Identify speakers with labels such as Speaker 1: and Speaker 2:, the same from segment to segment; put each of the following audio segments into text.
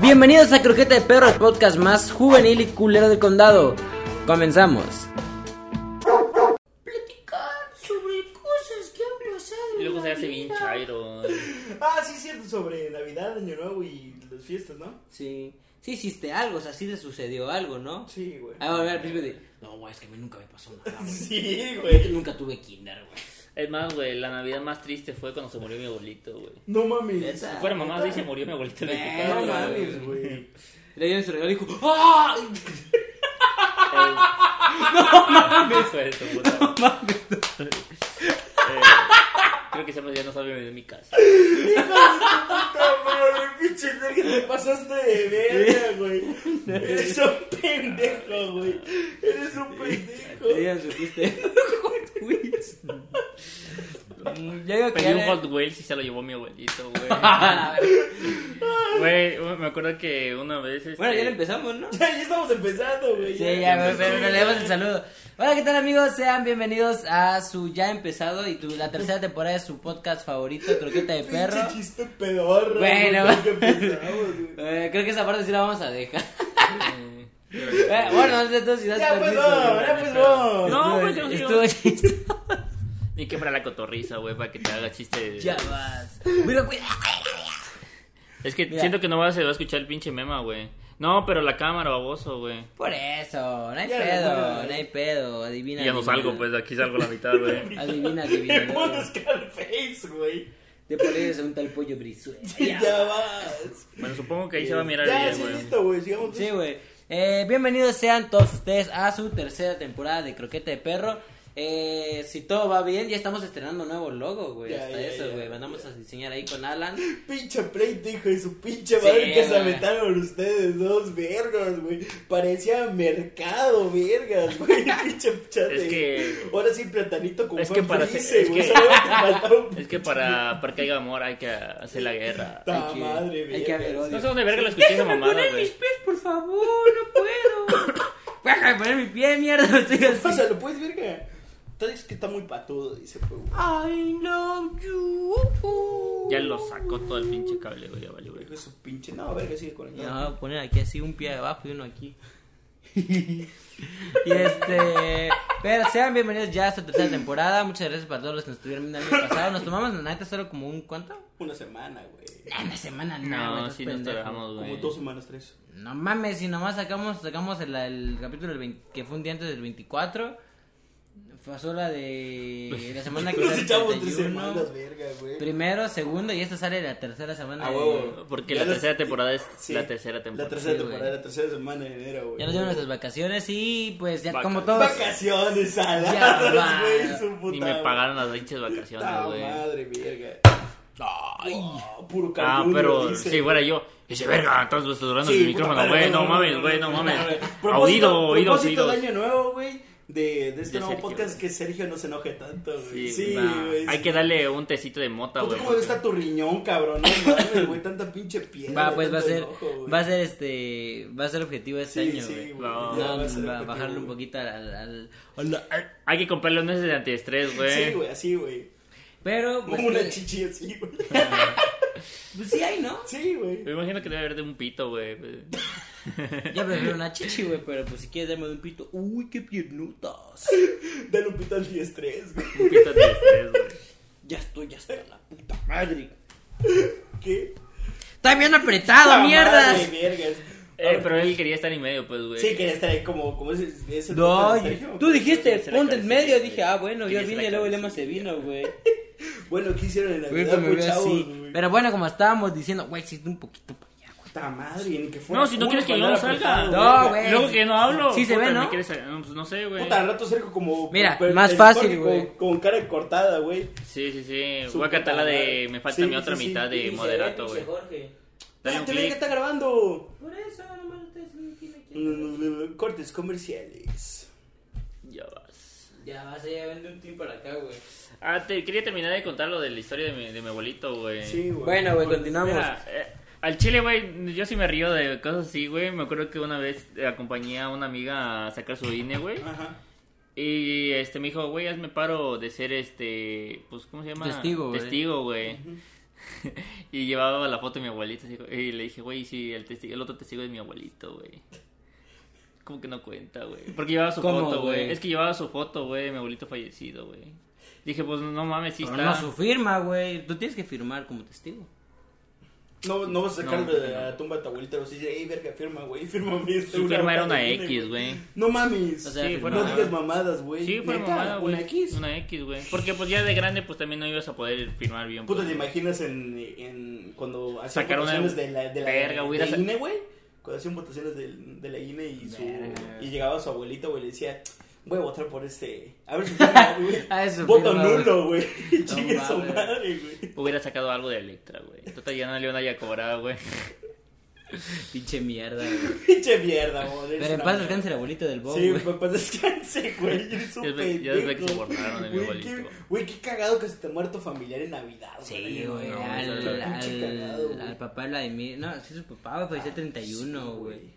Speaker 1: Bienvenidos a Croqueta de Perro, el podcast más juvenil y culero del condado. Comenzamos.
Speaker 2: platicar sobre cosas que han pasado.
Speaker 3: Y luego
Speaker 2: en
Speaker 3: se
Speaker 2: la
Speaker 3: hace
Speaker 2: vida.
Speaker 3: bien chairo.
Speaker 4: Ah, sí, es cierto, sobre Navidad, Año Nuevo y las fiestas, ¿no?
Speaker 1: Sí, sí hiciste algo, o sea, sí te sucedió algo, ¿no?
Speaker 4: Sí, güey.
Speaker 1: Ah, volver al principio de, no, güey, es que a mí nunca me pasó nada, güey.
Speaker 4: Sí,
Speaker 1: Yo
Speaker 4: güey.
Speaker 1: nunca tuve kinder, güey.
Speaker 3: Es más, güey, la Navidad más triste fue cuando se murió mi abuelito, güey.
Speaker 4: No mames.
Speaker 1: Neta.
Speaker 3: Si fuera mamá, sí se murió mi abuelito. el 24,
Speaker 4: No
Speaker 1: Verga,
Speaker 3: güey. Eh,
Speaker 4: mames, güey.
Speaker 1: Le dieron su regalo y dijo, ¡ah!
Speaker 3: Hijo de tu puta. Eh, Creo que ese día no sabe venir de mi casa.
Speaker 4: Puta madre, pinche Jorge, te pasaste de verga, güey. Eres un pendejo, güey. Eres un pendejo.
Speaker 1: Le dieron su chiste. Hot Wheels. Mm, Yo digo que
Speaker 3: Pedí un
Speaker 1: era-
Speaker 3: Hot Wheels y se lo llevó mi abuelito, güey.
Speaker 1: Ah, la verga.
Speaker 3: Güey, me acuerdo que una vez. este,
Speaker 1: Bueno, ya le empezamos, ¿no?
Speaker 4: Ya, ya estamos empezando, güey.
Speaker 1: Sí, ya, pero, pero le damos el saludo. Hola, ¿qué tal amigos? Sean bienvenidos a su ya empezado y tu, la tercera temporada de su podcast favorito, Croqueta de Perro.
Speaker 4: Pinche chiste pedorro.
Speaker 1: Bueno.
Speaker 4: güey, que empezamos, güey.
Speaker 1: Eh, creo que esa parte sí la vamos a dejar.
Speaker 3: eh,
Speaker 1: Eh, bueno, no sé tú si das
Speaker 4: Ya, pues
Speaker 1: permiso,
Speaker 4: no,
Speaker 1: güey.
Speaker 4: ya, pues no.
Speaker 3: No. güey,
Speaker 1: Estuvo-
Speaker 3: yo digo.
Speaker 1: Estuvo chiste.
Speaker 3: Ni que fuera la cotorriza, güey, para que te haga chiste.
Speaker 1: Ya vas. Mira, güey.
Speaker 3: Es que
Speaker 1: Mira.
Speaker 3: siento que no vas a escuchar el pinche mema, güey. No, pero la cámara, baboso, güey.
Speaker 1: Por eso, no hay
Speaker 4: Ya,
Speaker 1: pedo,
Speaker 4: güey.
Speaker 1: no hay pedo. Adivina.
Speaker 3: Y ya no
Speaker 1: adivina.
Speaker 3: salgo, pues de aquí salgo la mitad, güey.
Speaker 1: Adivina, adivina.
Speaker 4: Me pones Scarface, güey.
Speaker 1: Te pones a un tal pollo brizuela.
Speaker 4: Ya vas.
Speaker 3: Bueno, supongo que ahí se va a mirar
Speaker 4: Ya,
Speaker 3: bien,
Speaker 4: sí,
Speaker 3: güey.
Speaker 4: listo, güey. Sigamos.
Speaker 1: Sí, güey. Eh, bienvenidos sean todos ustedes a su tercera temporada de Croquete de Perro. Eh, si todo va bien, ya estamos estrenando nuevo logo, güey.
Speaker 4: Ya,
Speaker 1: Hasta
Speaker 4: ya,
Speaker 1: eso,
Speaker 4: ya.
Speaker 1: güey. Mandamos a diseñar ahí con Alan.
Speaker 4: Pinche pleito, hijo de su pinche
Speaker 1: Sí,
Speaker 4: madre que se
Speaker 1: güey.
Speaker 4: aventaron ustedes dos vergas, güey. Parecía mercado, vergas, güey. Pinche chate.
Speaker 3: Es que-
Speaker 4: Ahora sí, platanito con
Speaker 3: Es
Speaker 4: pan
Speaker 3: que para
Speaker 4: felice,
Speaker 3: ser- es
Speaker 4: güey.
Speaker 3: que-
Speaker 4: Solo te faltaba un
Speaker 3: Es que para, para que haya amor hay que hacer la guerra.
Speaker 4: puta
Speaker 1: hay que-
Speaker 4: madre,
Speaker 1: hay que haber
Speaker 4: vergas.
Speaker 1: odio.
Speaker 3: No sé dónde verga la escuché esa mamada, güey.
Speaker 1: pies, por favor, no puedo. Déjame poner mi pie, mierda. Estoy
Speaker 4: O
Speaker 1: así.
Speaker 4: sea, ¿lo puedes verga? Entonces que está muy patudo, dice, pues, güey.
Speaker 1: I love you.
Speaker 3: Ya lo sacó todo el pinche cable, güey. Ya valió, güey.
Speaker 4: Hijo de su pinche. No, verga, sigue con
Speaker 1: Ya, voy a poner aquí así un pie abajo y uno aquí. y este. Pero sean bienvenidos ya a esta tercera temporada. Muchas gracias para todos los que nos estuvieron viendo el año pasado. Nos tomamos la neta solo como un cuánto?
Speaker 4: Una semana, güey.
Speaker 1: Nah, Una semana, nah, güey,
Speaker 3: No,
Speaker 1: estás
Speaker 3: sí nos
Speaker 1: pendejo.
Speaker 3: tardamos,
Speaker 4: Como
Speaker 3: güey.
Speaker 4: dos semanas, tres.
Speaker 1: No mames, si nomás sacamos, sacamos el, el capítulo del 20 que fue un día antes del 24. Pasó la de la semana que
Speaker 4: Nos
Speaker 1: sale el
Speaker 4: echamos tres
Speaker 1: 31.
Speaker 4: semanas, verga, güey.
Speaker 1: Primero, segundo y esta sale la tercera semana.
Speaker 4: A
Speaker 1: de-
Speaker 4: huevo.
Speaker 3: Porque
Speaker 4: Ya
Speaker 3: la
Speaker 4: los-
Speaker 3: tercera temporada es
Speaker 4: Sí.
Speaker 3: la tercera temporada.
Speaker 4: La tercera
Speaker 1: Sí, güey.
Speaker 4: temporada, la tercera semana de enero, güey.
Speaker 1: Ya nos dieron nuestras vacaciones y pues ya como
Speaker 3: Vacaciones.
Speaker 1: todos.
Speaker 4: Vacaciones
Speaker 1: Ya,
Speaker 4: saladas, güey, su puta
Speaker 3: Ni me
Speaker 4: madre.
Speaker 3: pagaron las pinches vacaciones,
Speaker 4: Puta
Speaker 3: güey.
Speaker 4: madre, verga. Ay, puro
Speaker 3: Ah,
Speaker 4: canguro,
Speaker 3: pero
Speaker 4: dice.
Speaker 3: si fuera yo. Ese verga, estás durando
Speaker 4: Sí,
Speaker 3: el
Speaker 4: puta
Speaker 3: micrófono,
Speaker 4: madre,
Speaker 3: güey. No
Speaker 4: no,
Speaker 3: mames,
Speaker 4: no,
Speaker 3: güey, no
Speaker 4: no,
Speaker 3: mames.
Speaker 4: no, no, no.
Speaker 3: A
Speaker 4: Propósito-
Speaker 3: Oído, oídos,
Speaker 4: propósito
Speaker 3: oídos.
Speaker 4: del año nuevo, güey, de, de este
Speaker 3: De
Speaker 4: nuevo
Speaker 3: Sergio,
Speaker 4: podcast
Speaker 3: güey.
Speaker 4: que Sergio no se enoje tanto, güey.
Speaker 3: Sí,
Speaker 4: Sí,
Speaker 3: nah.
Speaker 4: güey.
Speaker 3: Hay que darle un tecito de mota,
Speaker 4: Puta,
Speaker 3: güey.
Speaker 4: Pues, ¿Cómo está tu riñón, cabrón? No mames, güey, tanta pinche piedra.
Speaker 1: Va, pues va a
Speaker 4: tanto
Speaker 1: ser,
Speaker 4: enojo, güey.
Speaker 1: va a ser este, va a ser objetivo este
Speaker 4: Sí,
Speaker 1: año,
Speaker 4: sí,
Speaker 1: güey.
Speaker 4: güey,
Speaker 3: No,
Speaker 4: ya
Speaker 1: No,
Speaker 4: va a ser
Speaker 1: va a
Speaker 4: objetivo,
Speaker 1: bajarle un
Speaker 4: güey.
Speaker 1: poquito al, al- al-
Speaker 3: Hay que comprarle unos de antiestrés,
Speaker 4: Sí,
Speaker 3: güey.
Speaker 4: güey, así, güey.
Speaker 1: Pero, pues,
Speaker 4: Como una
Speaker 1: que-
Speaker 4: chichi así, güey.
Speaker 1: pues sí hay, ¿no?
Speaker 4: Sí, güey.
Speaker 3: Me imagino que debe haber de un pito, güey.
Speaker 1: Ya prefiero una chichi, güey, pero pues si quieres darme de un pito. Uy, qué piernutas.
Speaker 4: Dale un pito al 10-3, güey.
Speaker 3: Un pito antiestrés, güey.
Speaker 1: Ya estoy hasta la puta madre.
Speaker 4: ¿Qué?
Speaker 1: Está bien apretado,
Speaker 4: Puta
Speaker 1: Ah, mierdas.
Speaker 4: madre, vergas.
Speaker 3: Eh, pero él quería estar en medio, pues, güey.
Speaker 4: Sí, quería estar ahí como, como ese, ese
Speaker 1: No,
Speaker 4: de Sergio.
Speaker 1: tú dijiste,
Speaker 3: Se la
Speaker 1: ponte en
Speaker 3: cabeza,
Speaker 1: medio.
Speaker 3: güey.
Speaker 1: Dije, ah, bueno, yo
Speaker 3: Quería se
Speaker 1: vine
Speaker 3: la
Speaker 1: y luego el lema
Speaker 3: cabeza,
Speaker 1: se vino, güey.
Speaker 4: Bueno, ¿qué hicieron en la
Speaker 1: Güey,
Speaker 4: vida,
Speaker 1: me veo
Speaker 4: pues, chavos,
Speaker 1: así.
Speaker 4: güey?
Speaker 1: Pero bueno, como estábamos diciendo, güey, existe un poquito para allá, güey.
Speaker 4: Puta madre, ni que fuera.
Speaker 3: No, si no
Speaker 4: culo
Speaker 3: quieres que
Speaker 4: para
Speaker 3: yo no
Speaker 4: andar
Speaker 3: salga.
Speaker 4: apretado,
Speaker 1: No, güey.
Speaker 3: Luego que no hablo.
Speaker 1: Sí se
Speaker 3: puta,
Speaker 1: ve, ¿no?
Speaker 3: me quieres- no, pues no sé, güey.
Speaker 4: Puta, al rato Sergio como.
Speaker 1: Mira,
Speaker 4: pero
Speaker 1: más
Speaker 4: el
Speaker 1: fácil,
Speaker 4: Jorge
Speaker 1: güey.
Speaker 4: Con, con cara cortada, güey.
Speaker 3: Sí, sí, sí.
Speaker 4: Su
Speaker 3: Voy a catar la
Speaker 4: puta
Speaker 3: de.
Speaker 4: madre.
Speaker 3: Me falta
Speaker 4: Sí,
Speaker 3: mi
Speaker 4: sí,
Speaker 3: otra
Speaker 4: sí.
Speaker 3: mitad
Speaker 4: Y
Speaker 3: de moderato, güey. Dale
Speaker 4: Ah,
Speaker 3: un
Speaker 4: te ve que
Speaker 3: clic.
Speaker 4: está grabando.
Speaker 1: Por eso, nomás ustedes
Speaker 4: Mm, Cortes comerciales.
Speaker 3: Ya vas.
Speaker 1: Ya vas a vender un tip para acá, güey.
Speaker 3: Ah, te quería terminar de contar lo de la historia de mi, de mi abuelito, güey.
Speaker 4: Sí, güey.
Speaker 1: Bueno, güey, continuamos.
Speaker 3: Mira, eh, al chile, güey, yo sí me río de cosas así, güey. Me acuerdo que una vez eh, acompañé a una amiga a sacar su INE, güey.
Speaker 4: Ajá.
Speaker 3: Y este me dijo, güey, hazme paro de ser este, pues, ¿cómo se llama?
Speaker 1: Testigo, güey.
Speaker 3: Testigo, güey. y llevaba la foto de mi abuelita. así, Y le dije, güey, sí, el, testigo, el otro testigo es mi abuelito, güey. ¿Cómo que no cuenta, güey? Porque llevaba su
Speaker 1: ¿Cómo,
Speaker 3: foto,
Speaker 1: güey?
Speaker 3: güey. Es que llevaba su foto, güey, de mi abuelito fallecido, güey. Dije, pues no mames, sí
Speaker 1: Pero
Speaker 3: está.
Speaker 1: no su firma, güey. Tú tienes que firmar como testigo.
Speaker 4: No, no vas a sacar
Speaker 3: No,
Speaker 4: de
Speaker 3: no.
Speaker 4: la tumba de tu abuelita, pero sí dice, ey, verga, firma, güey, firma mi esta
Speaker 3: Su firma era
Speaker 4: hoja
Speaker 3: una
Speaker 4: de cine,
Speaker 3: X, güey.
Speaker 4: No mames.
Speaker 1: O sea,
Speaker 3: Sí,
Speaker 1: firmaba.
Speaker 4: no digas mamadas, güey.
Speaker 3: Sí, fue
Speaker 4: Neta,
Speaker 3: mamada, güey.
Speaker 4: Una X.
Speaker 3: Una X, güey. Porque pues ya de grande, pues también no ibas a poder firmar bien.
Speaker 4: Puta,
Speaker 3: pues,
Speaker 4: ¿te
Speaker 3: güey.
Speaker 4: imaginas en, en cuando hacían
Speaker 3: Sacar una-
Speaker 4: votaciones de la, de la
Speaker 3: Verga, güey,
Speaker 4: de
Speaker 3: era-
Speaker 4: INE, güey? Cuando hacían votaciones de, de la INE y, su,
Speaker 1: Verga.
Speaker 4: y llegaba su abuelita, güey, y le decía, voy a votar por este. A ver su firma,
Speaker 1: Ah, es su
Speaker 4: güey. Voto
Speaker 1: firma, güey.
Speaker 4: nulo, güey.
Speaker 1: No
Speaker 4: Chingue su
Speaker 1: mames.
Speaker 4: madre, güey.
Speaker 3: Hubiera sacado algo de Electra, güey. Total, ya no le van a cobrado, güey.
Speaker 1: Pinche mierda, güey.
Speaker 4: Pinche mierda, güey.
Speaker 1: Pero en paz descanse el abuelito del Bob,
Speaker 4: Sí,
Speaker 1: güey.
Speaker 4: papá, descanse, güey. Eres un
Speaker 3: Ya ves- ya ves que se
Speaker 4: pendejo.
Speaker 3: borraron de mi
Speaker 4: Güey, qué-
Speaker 3: abuelito.
Speaker 4: Güey, qué cagado que se te ha muerto familiar en Navidad,
Speaker 1: Sí,
Speaker 4: No,
Speaker 1: güey.
Speaker 4: no,
Speaker 1: al,
Speaker 4: pinche cagado,
Speaker 1: al,
Speaker 4: güey.
Speaker 1: al papá Vladimir. No, sí, su papá, güey, falleció el 31,
Speaker 4: sí,
Speaker 1: güey.
Speaker 4: güey.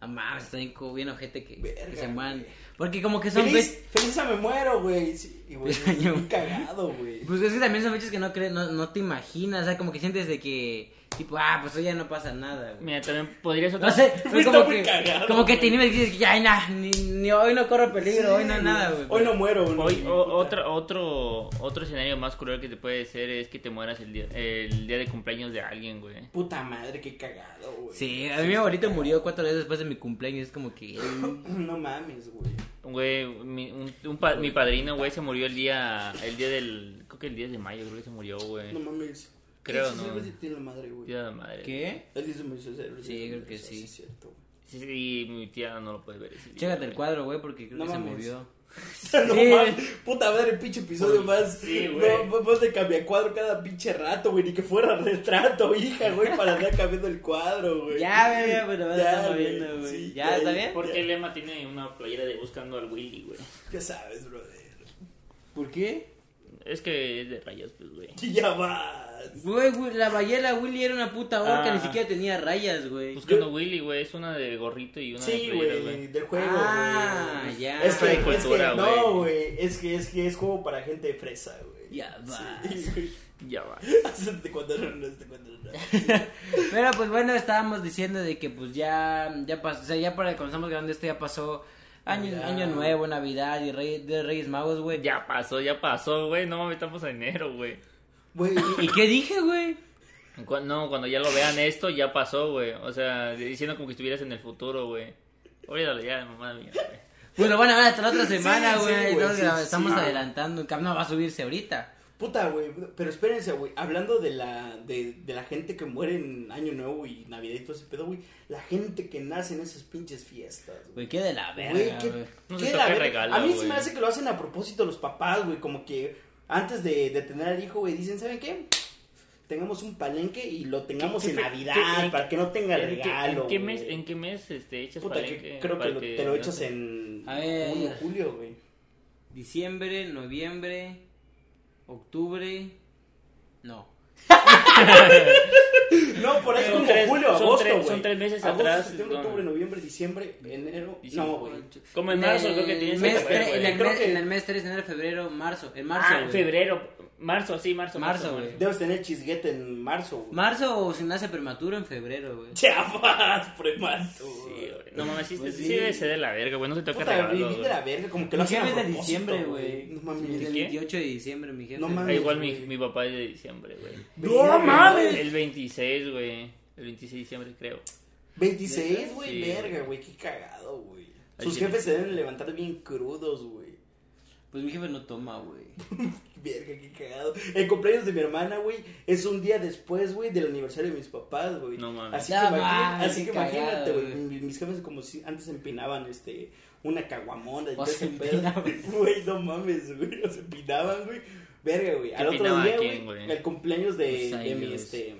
Speaker 1: No mames, está bien, co- bien ojete que, que
Speaker 4: Verga,
Speaker 1: se mueran.
Speaker 4: güey.
Speaker 1: Porque como que son
Speaker 4: Feliz,
Speaker 1: fechas.
Speaker 4: feliz a me muero, güey. Sí, y, güey,
Speaker 1: Feliz año.
Speaker 4: estoy cagado, güey.
Speaker 1: Pues es que también son fechas que no crees, no, no te imaginas. O sea, como que sientes de que. Tipo, ah, pues hoy ya no pasa nada, güey.
Speaker 3: Mira, también podrías otra. Pues,
Speaker 1: No sé, fue
Speaker 4: Está
Speaker 1: como
Speaker 4: muy
Speaker 1: que,
Speaker 4: cagado,
Speaker 1: como que
Speaker 4: güey.
Speaker 1: te animas y dices, ya, na, ni, ni hoy no corro peligro, hoy no
Speaker 4: Sí,
Speaker 1: nada, güey.
Speaker 4: Hoy no muero, güey.
Speaker 3: Hoy, o-
Speaker 4: Puta.
Speaker 3: otra- otro, otro escenario más cruel que te puede ser es que te mueras el día, el día de cumpleaños de alguien, güey.
Speaker 4: Puta madre, qué cagado, güey.
Speaker 1: Sí, a mí mi abuelito murió cuatro días después de mi cumpleaños, es como que...
Speaker 4: No mames, güey.
Speaker 3: Güey, mi, un- un pa- mi padrino, güey, se murió el día, el día del, creo que el 10 de mayo, creo que se murió, güey.
Speaker 4: No mames.
Speaker 3: Creo,
Speaker 4: Ese
Speaker 3: no.
Speaker 4: cerebro sí tiene la madre, güey.
Speaker 3: Día de la madre.
Speaker 1: ¿Qué?
Speaker 4: Él dice me hizo cerebro,
Speaker 1: Sí, creo
Speaker 4: me
Speaker 1: que
Speaker 4: hizo,
Speaker 1: sí.
Speaker 4: es cierto, güey.
Speaker 3: Sí, sí, mi tía no lo puede ver. ese día,
Speaker 1: Chécate el
Speaker 3: güey.
Speaker 1: cuadro, güey, porque creo
Speaker 4: No
Speaker 1: que se
Speaker 4: mames.
Speaker 1: movió.
Speaker 4: No
Speaker 1: Sí.
Speaker 4: mames, puta madre, pinche episodio más.
Speaker 3: sí, güey.
Speaker 4: no, más- más de cambiar cuadro cada pinche rato, güey. Ni que fuera retrato, hija, güey, para andar cambiando el cuadro, güey.
Speaker 1: Ya, güey, ya, pero me lo
Speaker 4: Ya,
Speaker 1: está
Speaker 4: güey,
Speaker 1: moviendo, güey.
Speaker 4: sí,
Speaker 1: ¿Ya está
Speaker 4: güey.
Speaker 1: bien?
Speaker 3: Porque el Emma tiene una playera de buscando al Willy, güey.
Speaker 4: Ya sabes, brother. ¿Por qué?
Speaker 3: Es que es de rayas, pues, güey.
Speaker 4: Sí, ya vas.
Speaker 1: Güey, güey, la Bayela Willy era una puta orca,
Speaker 3: Ah. Pues
Speaker 1: ni siquiera tenía rayas, güey.
Speaker 3: Buscando a Willy, güey, es una de gorrito y una de
Speaker 4: Sí,
Speaker 3: playera,
Speaker 4: güey,
Speaker 3: güey.
Speaker 4: del juego, güey.
Speaker 1: Ah, ya.
Speaker 4: Es
Speaker 1: Ajá,
Speaker 4: que,
Speaker 1: de
Speaker 4: es
Speaker 3: cultura,
Speaker 4: que-
Speaker 3: güey.
Speaker 4: no, güey, es que, es que es juego para gente fresa, güey.
Speaker 1: Ya va.
Speaker 4: Sí, güey.
Speaker 3: Ya va.
Speaker 4: Hazte cuando no, no, hazte cuando no.
Speaker 1: Pero pues bueno, estábamos diciendo de que pues ya, ya pasó, o sea, ya para cuando estamos grabando esto ya pasó año,
Speaker 4: Navidad.
Speaker 1: año nuevo, Navidad y Rey, de Reyes Magos, güey.
Speaker 3: Pues Ya pasó, ya pasó, güey. No, estamos en enero, güey.
Speaker 4: Güey,
Speaker 1: ¿Y qué dije, güey?
Speaker 3: Cu- No, cuando ya lo vean esto, ya pasó, güey. O sea, diciendo como que estuvieras en el futuro, güey. Oye, ya, mamá mía, güey.
Speaker 1: Pues lo van a ver hasta la otra
Speaker 4: sí,
Speaker 1: semana, güey.
Speaker 4: güey,
Speaker 1: Entonces,
Speaker 4: sí, sí,
Speaker 1: estamos
Speaker 4: sí.
Speaker 1: adelantando. Cap no va a subirse ahorita.
Speaker 4: puta, güey. Pero espérense, güey. Hablando de la, de, de la gente que muere en Año Nuevo y Navidad y todo ese pedo, güey. La gente que nace en esas pinches fiestas, güey.
Speaker 1: Güey, qué de la
Speaker 4: Güey,
Speaker 1: verga,
Speaker 4: qué,
Speaker 1: güey.
Speaker 3: No
Speaker 4: qué
Speaker 3: se
Speaker 4: la
Speaker 3: toca el
Speaker 4: verga.
Speaker 3: regalo,
Speaker 4: A mí se
Speaker 3: güey.
Speaker 4: me hace que lo hacen a propósito los papás, güey. Como que antes de, de tener al hijo, güey, dicen, ¿saben qué? Tengamos un palenque y lo tengamos
Speaker 3: qué
Speaker 4: en
Speaker 3: fe-
Speaker 4: Navidad
Speaker 3: qué- en-
Speaker 4: para que no tenga
Speaker 3: ¿En qué,
Speaker 4: regalo.
Speaker 3: en qué
Speaker 4: güey.
Speaker 3: mes, en qué mes este, echas
Speaker 4: Puta,
Speaker 3: palenque?
Speaker 4: que creo que
Speaker 3: para
Speaker 4: lo- te lo
Speaker 3: no
Speaker 4: echas
Speaker 3: sé.
Speaker 4: en
Speaker 1: A ver.
Speaker 4: junio, julio, güey.
Speaker 1: Diciembre, noviembre, octubre. No.
Speaker 4: No, por ahí
Speaker 3: Son
Speaker 4: como
Speaker 3: tres-
Speaker 4: julio,
Speaker 3: son
Speaker 4: agosto,
Speaker 3: tres-
Speaker 4: güey.
Speaker 3: son tres meses
Speaker 4: agosto,
Speaker 3: atrás,
Speaker 4: septiembre,
Speaker 3: don-
Speaker 4: octubre, noviembre, diciembre, enero.
Speaker 3: Diciembre.
Speaker 4: No, güey.
Speaker 3: Como en marzo, creo que tienes
Speaker 1: el mes
Speaker 3: que comer,
Speaker 1: tre-
Speaker 3: güey.
Speaker 1: en, el
Speaker 4: Creo
Speaker 1: mes,
Speaker 4: que-
Speaker 1: en el mes 3, enero, febrero, marzo. En marzo,
Speaker 3: Ah,
Speaker 1: güey.
Speaker 3: febrero. Marzo, sí, marzo.
Speaker 1: Marzo, güey.
Speaker 4: Debes tener chisguete en marzo, güey.
Speaker 1: Marzo o si nace prematuro en febrero, güey.
Speaker 4: Chavas, prematuro.
Speaker 3: Sí, güey. No mames, sí,
Speaker 4: Pues
Speaker 3: sí.
Speaker 4: sí.
Speaker 3: debe ser de la verga, güey. No se toca
Speaker 4: Puta,
Speaker 3: regalo,
Speaker 4: viví
Speaker 3: güey.
Speaker 4: de la verga, como que lo
Speaker 1: Mi
Speaker 4: hacen a
Speaker 1: jefe es de
Speaker 4: propósito,
Speaker 1: diciembre, güey.
Speaker 4: No
Speaker 1: Es
Speaker 4: mames.
Speaker 1: Del
Speaker 3: ¿Qué?
Speaker 1: 28 de diciembre, mi jefe.
Speaker 4: No mames.
Speaker 3: Ah, igual mi,
Speaker 4: güey.
Speaker 3: mi papá es de diciembre, güey.
Speaker 4: ¡No mames!
Speaker 3: El 26, güey. El 26 de diciembre, creo.
Speaker 4: 26, güey,
Speaker 3: Sí,
Speaker 4: verga,
Speaker 3: güey.
Speaker 4: güey, qué cagado, güey.
Speaker 3: Ahí
Speaker 4: Sus
Speaker 3: tiene-
Speaker 4: jefes se deben levantar bien crudos, güey.
Speaker 1: Pues mi jefe no toma, güey.
Speaker 4: Verga, qué cagado. El cumpleaños de mi hermana, güey, es un día después, güey, del aniversario de mis papás, güey.
Speaker 3: No mames.
Speaker 4: Así que,
Speaker 1: No
Speaker 4: imagina-
Speaker 1: mames,
Speaker 4: así
Speaker 1: qué
Speaker 4: que imagínate,
Speaker 1: cagado,
Speaker 4: güey.
Speaker 1: güey.
Speaker 4: mi- Mis jefes como si antes empinaban, este, una caguamona y
Speaker 1: O
Speaker 4: todo
Speaker 1: se
Speaker 4: ese pedo.
Speaker 1: empinaban.
Speaker 4: Güey, no mames, güey. O se empinaban, güey. Verga, güey. Al otro
Speaker 3: empinaba
Speaker 4: día,
Speaker 3: quién,
Speaker 4: güey,
Speaker 3: güey?
Speaker 4: el cumpleaños de,
Speaker 1: Pues ahí
Speaker 4: de mi,
Speaker 1: los-
Speaker 4: este,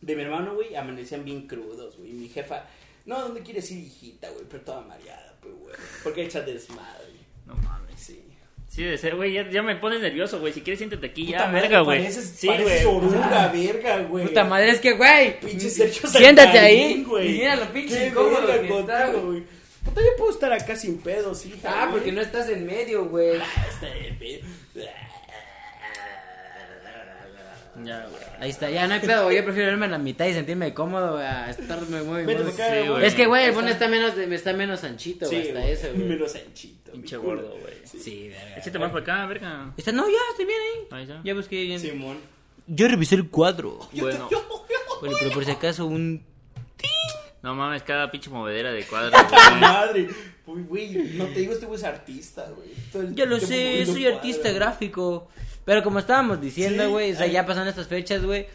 Speaker 4: de mi hermano, güey, amanecían bien crudos, güey. Mi jefa, no, ¿dónde quieres ir, hijita, güey? Pero toda mareada, pues, güey. Porque echa desmadre,
Speaker 3: No mames.
Speaker 4: sí.
Speaker 3: Sí, de ser, güey. Ya, ya me pones nervioso, güey. Si quieres, siéntate aquí
Speaker 4: Puta
Speaker 3: ya,
Speaker 4: madre,
Speaker 3: verga, güey.
Speaker 4: Pareces,
Speaker 3: Sí,
Speaker 4: pareces
Speaker 3: güey.
Speaker 4: oruga, verga, güey.
Speaker 1: Puta madre, es que, güey.
Speaker 4: Pinche Sergio
Speaker 1: Siéntate
Speaker 4: Santarín,
Speaker 1: ahí.
Speaker 4: güey.
Speaker 1: Y mira lo pinche
Speaker 4: Qué
Speaker 1: incómodo
Speaker 4: verga
Speaker 1: que está,
Speaker 4: contigo, güey. Puta, yo puedo estar acá sin pedos, hija.
Speaker 1: Ah,
Speaker 4: güey.
Speaker 1: porque no estás en medio, güey.
Speaker 4: Está de pedo.
Speaker 3: Ya, güey.
Speaker 1: Ahí está, ya no hay pedo, güey. Yo prefiero irme a la mitad y sentirme cómodo, güey, a estarme muy.
Speaker 4: Vete
Speaker 1: muy-
Speaker 4: pa' acá,
Speaker 3: sí,
Speaker 4: güey.
Speaker 3: güey.
Speaker 1: Es que, güey, el
Speaker 4: Ahí
Speaker 1: bono está menos, de- está menos anchito, güey,
Speaker 4: Sí,
Speaker 1: hasta
Speaker 4: güey.
Speaker 1: eso, güey.
Speaker 4: Menos anchito.
Speaker 3: Pinche
Speaker 4: mi culo.
Speaker 3: gordo, güey.
Speaker 1: Sí, verga.
Speaker 3: Échate más para acá, verga.
Speaker 1: Está, no, ya, estoy bien ahí.
Speaker 3: Ahí está.
Speaker 1: Ya busqué bien.
Speaker 4: Simón.
Speaker 1: Yo revisé el cuadro.
Speaker 3: Bueno,
Speaker 1: Bueno, pero por si acaso un...
Speaker 3: no mames, cada pinche movedera de cuadro, güey.
Speaker 4: Madre. Uy, güey. No te digo, este güey es artista, güey. Todo el
Speaker 1: Ya lo
Speaker 4: tiempo
Speaker 1: sé,
Speaker 4: moviendo
Speaker 1: soy artista
Speaker 4: cuadros.
Speaker 1: gráfico. Pero como estábamos diciendo,
Speaker 4: Sí,
Speaker 1: güey, o sea,
Speaker 4: ay.
Speaker 1: ya pasan estas fechas, güey.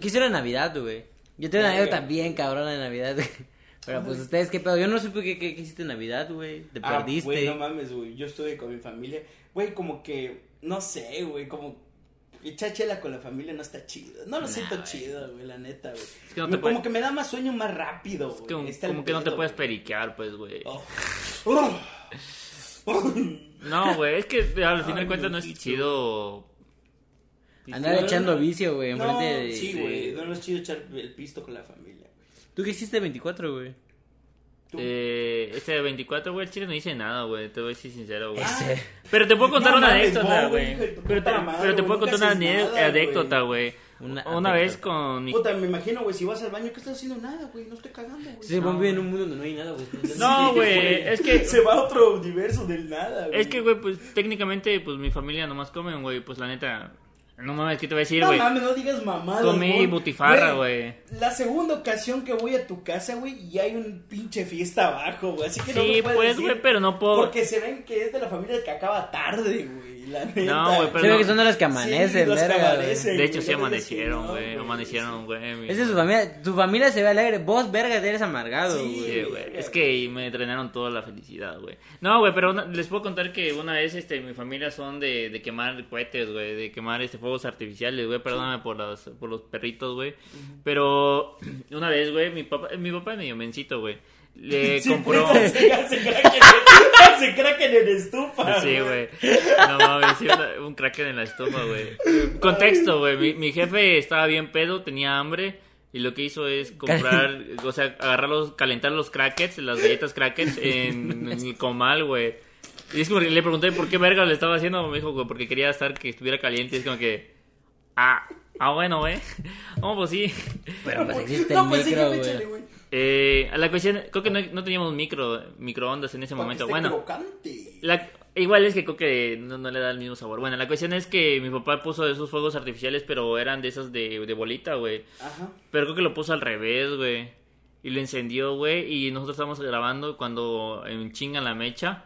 Speaker 1: Quisiera Navidad, güey. Yo tengo una
Speaker 4: Verga.
Speaker 1: anécdota bien cabrona de Navidad, güey. Pero pues ustedes, ¿qué pedo? Yo no supe qué, qué, qué hiciste en Navidad, güey. Te
Speaker 4: Ah,
Speaker 1: perdiste.
Speaker 4: Güey, no mames, güey. Yo estuve con mi familia. Güey, como que, no sé, güey, como echar chela con la familia no está chido. No lo siento chido, güey, la neta, güey.
Speaker 3: que no
Speaker 4: Me-
Speaker 3: te
Speaker 4: como
Speaker 3: puede-
Speaker 4: que me da más sueño más rápido, güey.
Speaker 3: Como,
Speaker 4: Está el
Speaker 3: como que no te
Speaker 4: pedo,
Speaker 3: puedes
Speaker 4: güey.
Speaker 3: periquear, pues, güey.
Speaker 4: Oh. Oh. Oh.
Speaker 3: No, güey, es que al final de
Speaker 4: Ay,
Speaker 3: cuentas no es
Speaker 4: Diosito.
Speaker 3: chido.
Speaker 1: Andar
Speaker 4: No,
Speaker 1: echando
Speaker 4: no.
Speaker 1: vicio, güey, enfrente
Speaker 4: No,
Speaker 1: de...
Speaker 4: sí, güey, no es chido echar el pisto con la familia, güey.
Speaker 1: ¿Tú qué hiciste el 24, güey?
Speaker 4: Tú-
Speaker 3: Eh, este de 24, güey, el chile no dice nada, güey. Te voy a ser sincero, güey.
Speaker 1: Ese.
Speaker 3: Pero te puedo contar
Speaker 4: Ah, No
Speaker 3: una
Speaker 4: mames,
Speaker 3: anécdota,
Speaker 4: no, güey,
Speaker 3: güey.
Speaker 4: hijo de tu
Speaker 3: Pero te,
Speaker 4: puta madre,
Speaker 3: pero te
Speaker 4: güey,
Speaker 3: puedo
Speaker 4: nunca
Speaker 3: contar una
Speaker 4: haces
Speaker 3: ane-
Speaker 4: nada, güey.
Speaker 3: anécdota, güey.
Speaker 1: Una
Speaker 3: Una, vez
Speaker 1: anécdota.
Speaker 3: con mi.
Speaker 4: Puta, me imagino, güey, si vas al baño, ¿qué estás haciendo? Nada, güey, no estoy cagando, güey.
Speaker 1: Se van en un mundo donde no hay nada, güey.
Speaker 3: No, güey, es que.
Speaker 4: Se va a otro universo del nada, güey.
Speaker 3: Es que, güey, pues técnicamente, pues mi familia nomás comen, güey. Pues la neta. No mames, ¿qué te voy a decir,
Speaker 4: No
Speaker 3: güey?
Speaker 4: mames, no digas mamadas.
Speaker 3: Comí
Speaker 4: güey.
Speaker 3: butifarra, güey.
Speaker 4: La segunda ocasión que voy a tu casa, güey, y hay un pinche fiesta abajo, güey. Así que no
Speaker 3: Sí,
Speaker 4: me puedes
Speaker 3: pues,
Speaker 4: decir
Speaker 3: güey, pero no puedo.
Speaker 4: Porque se ven que es de la familia que acaba tarde, güey. La neta.
Speaker 3: No, güey, pero-
Speaker 1: Se ve que son de las que
Speaker 4: Sí,
Speaker 1: amanecen,
Speaker 4: los que
Speaker 1: verga, güey.
Speaker 4: amanecen,
Speaker 3: De hecho,
Speaker 4: güey,
Speaker 3: sí
Speaker 4: no te
Speaker 3: amanecieron,
Speaker 4: digo,
Speaker 3: güey.
Speaker 4: no,
Speaker 3: Amanecieron, güey.
Speaker 1: Esa es su familia. Tu familia se ve alegre. Vos, verga, eres amargado,
Speaker 4: Sí,
Speaker 1: güey.
Speaker 3: Sí, güey. Es que me drenaron toda la felicidad, güey. No, güey, pero una- les puedo contar que una vez este, mi familia son de, de quemar cohetes, güey, de quemar este, fuegos artificiales, güey. Perdóname por, las, por los perritos, güey. Pero una vez, güey, mi papá, mi papá es medio mencito, güey. Le
Speaker 4: Sí,
Speaker 3: compró.
Speaker 4: pues, Se se cracken- se cracken en estufa.
Speaker 3: Sí, güey. No mames, sí, una- un kraken en la estufa, güey. Contexto, güey. Mi, mi jefe estaba bien pedo, tenía hambre. Y lo que hizo es comprar, o sea, agarrar los, calentar los crackets, las galletas crackets en, en el comal, güey. Y es como que le pregunté por qué verga le estaba haciendo, me dijo, güey, porque quería estar que estuviera caliente. Y es como que, ah, ah bueno, güey. No, pues sí.
Speaker 1: Pero pues existe el
Speaker 4: No, pues sí,
Speaker 1: micro,
Speaker 4: jefe, échale,
Speaker 1: güey.
Speaker 4: güey.
Speaker 3: Eh, la cuestión, creo que no, no teníamos micro, microondas en ese
Speaker 4: Para que
Speaker 3: momento.
Speaker 4: esté
Speaker 3: Bueno,
Speaker 4: crocante.
Speaker 3: la- igual es que creo que no, no le da el mismo sabor. Bueno, la cuestión es que mi papá puso de esos fuegos artificiales, pero eran de esas de, de bolita, güey.
Speaker 4: Ajá.
Speaker 3: Pero creo que lo puso al revés, güey. Y lo encendió, güey. Y nosotros estábamos grabando cuando en chinga la mecha.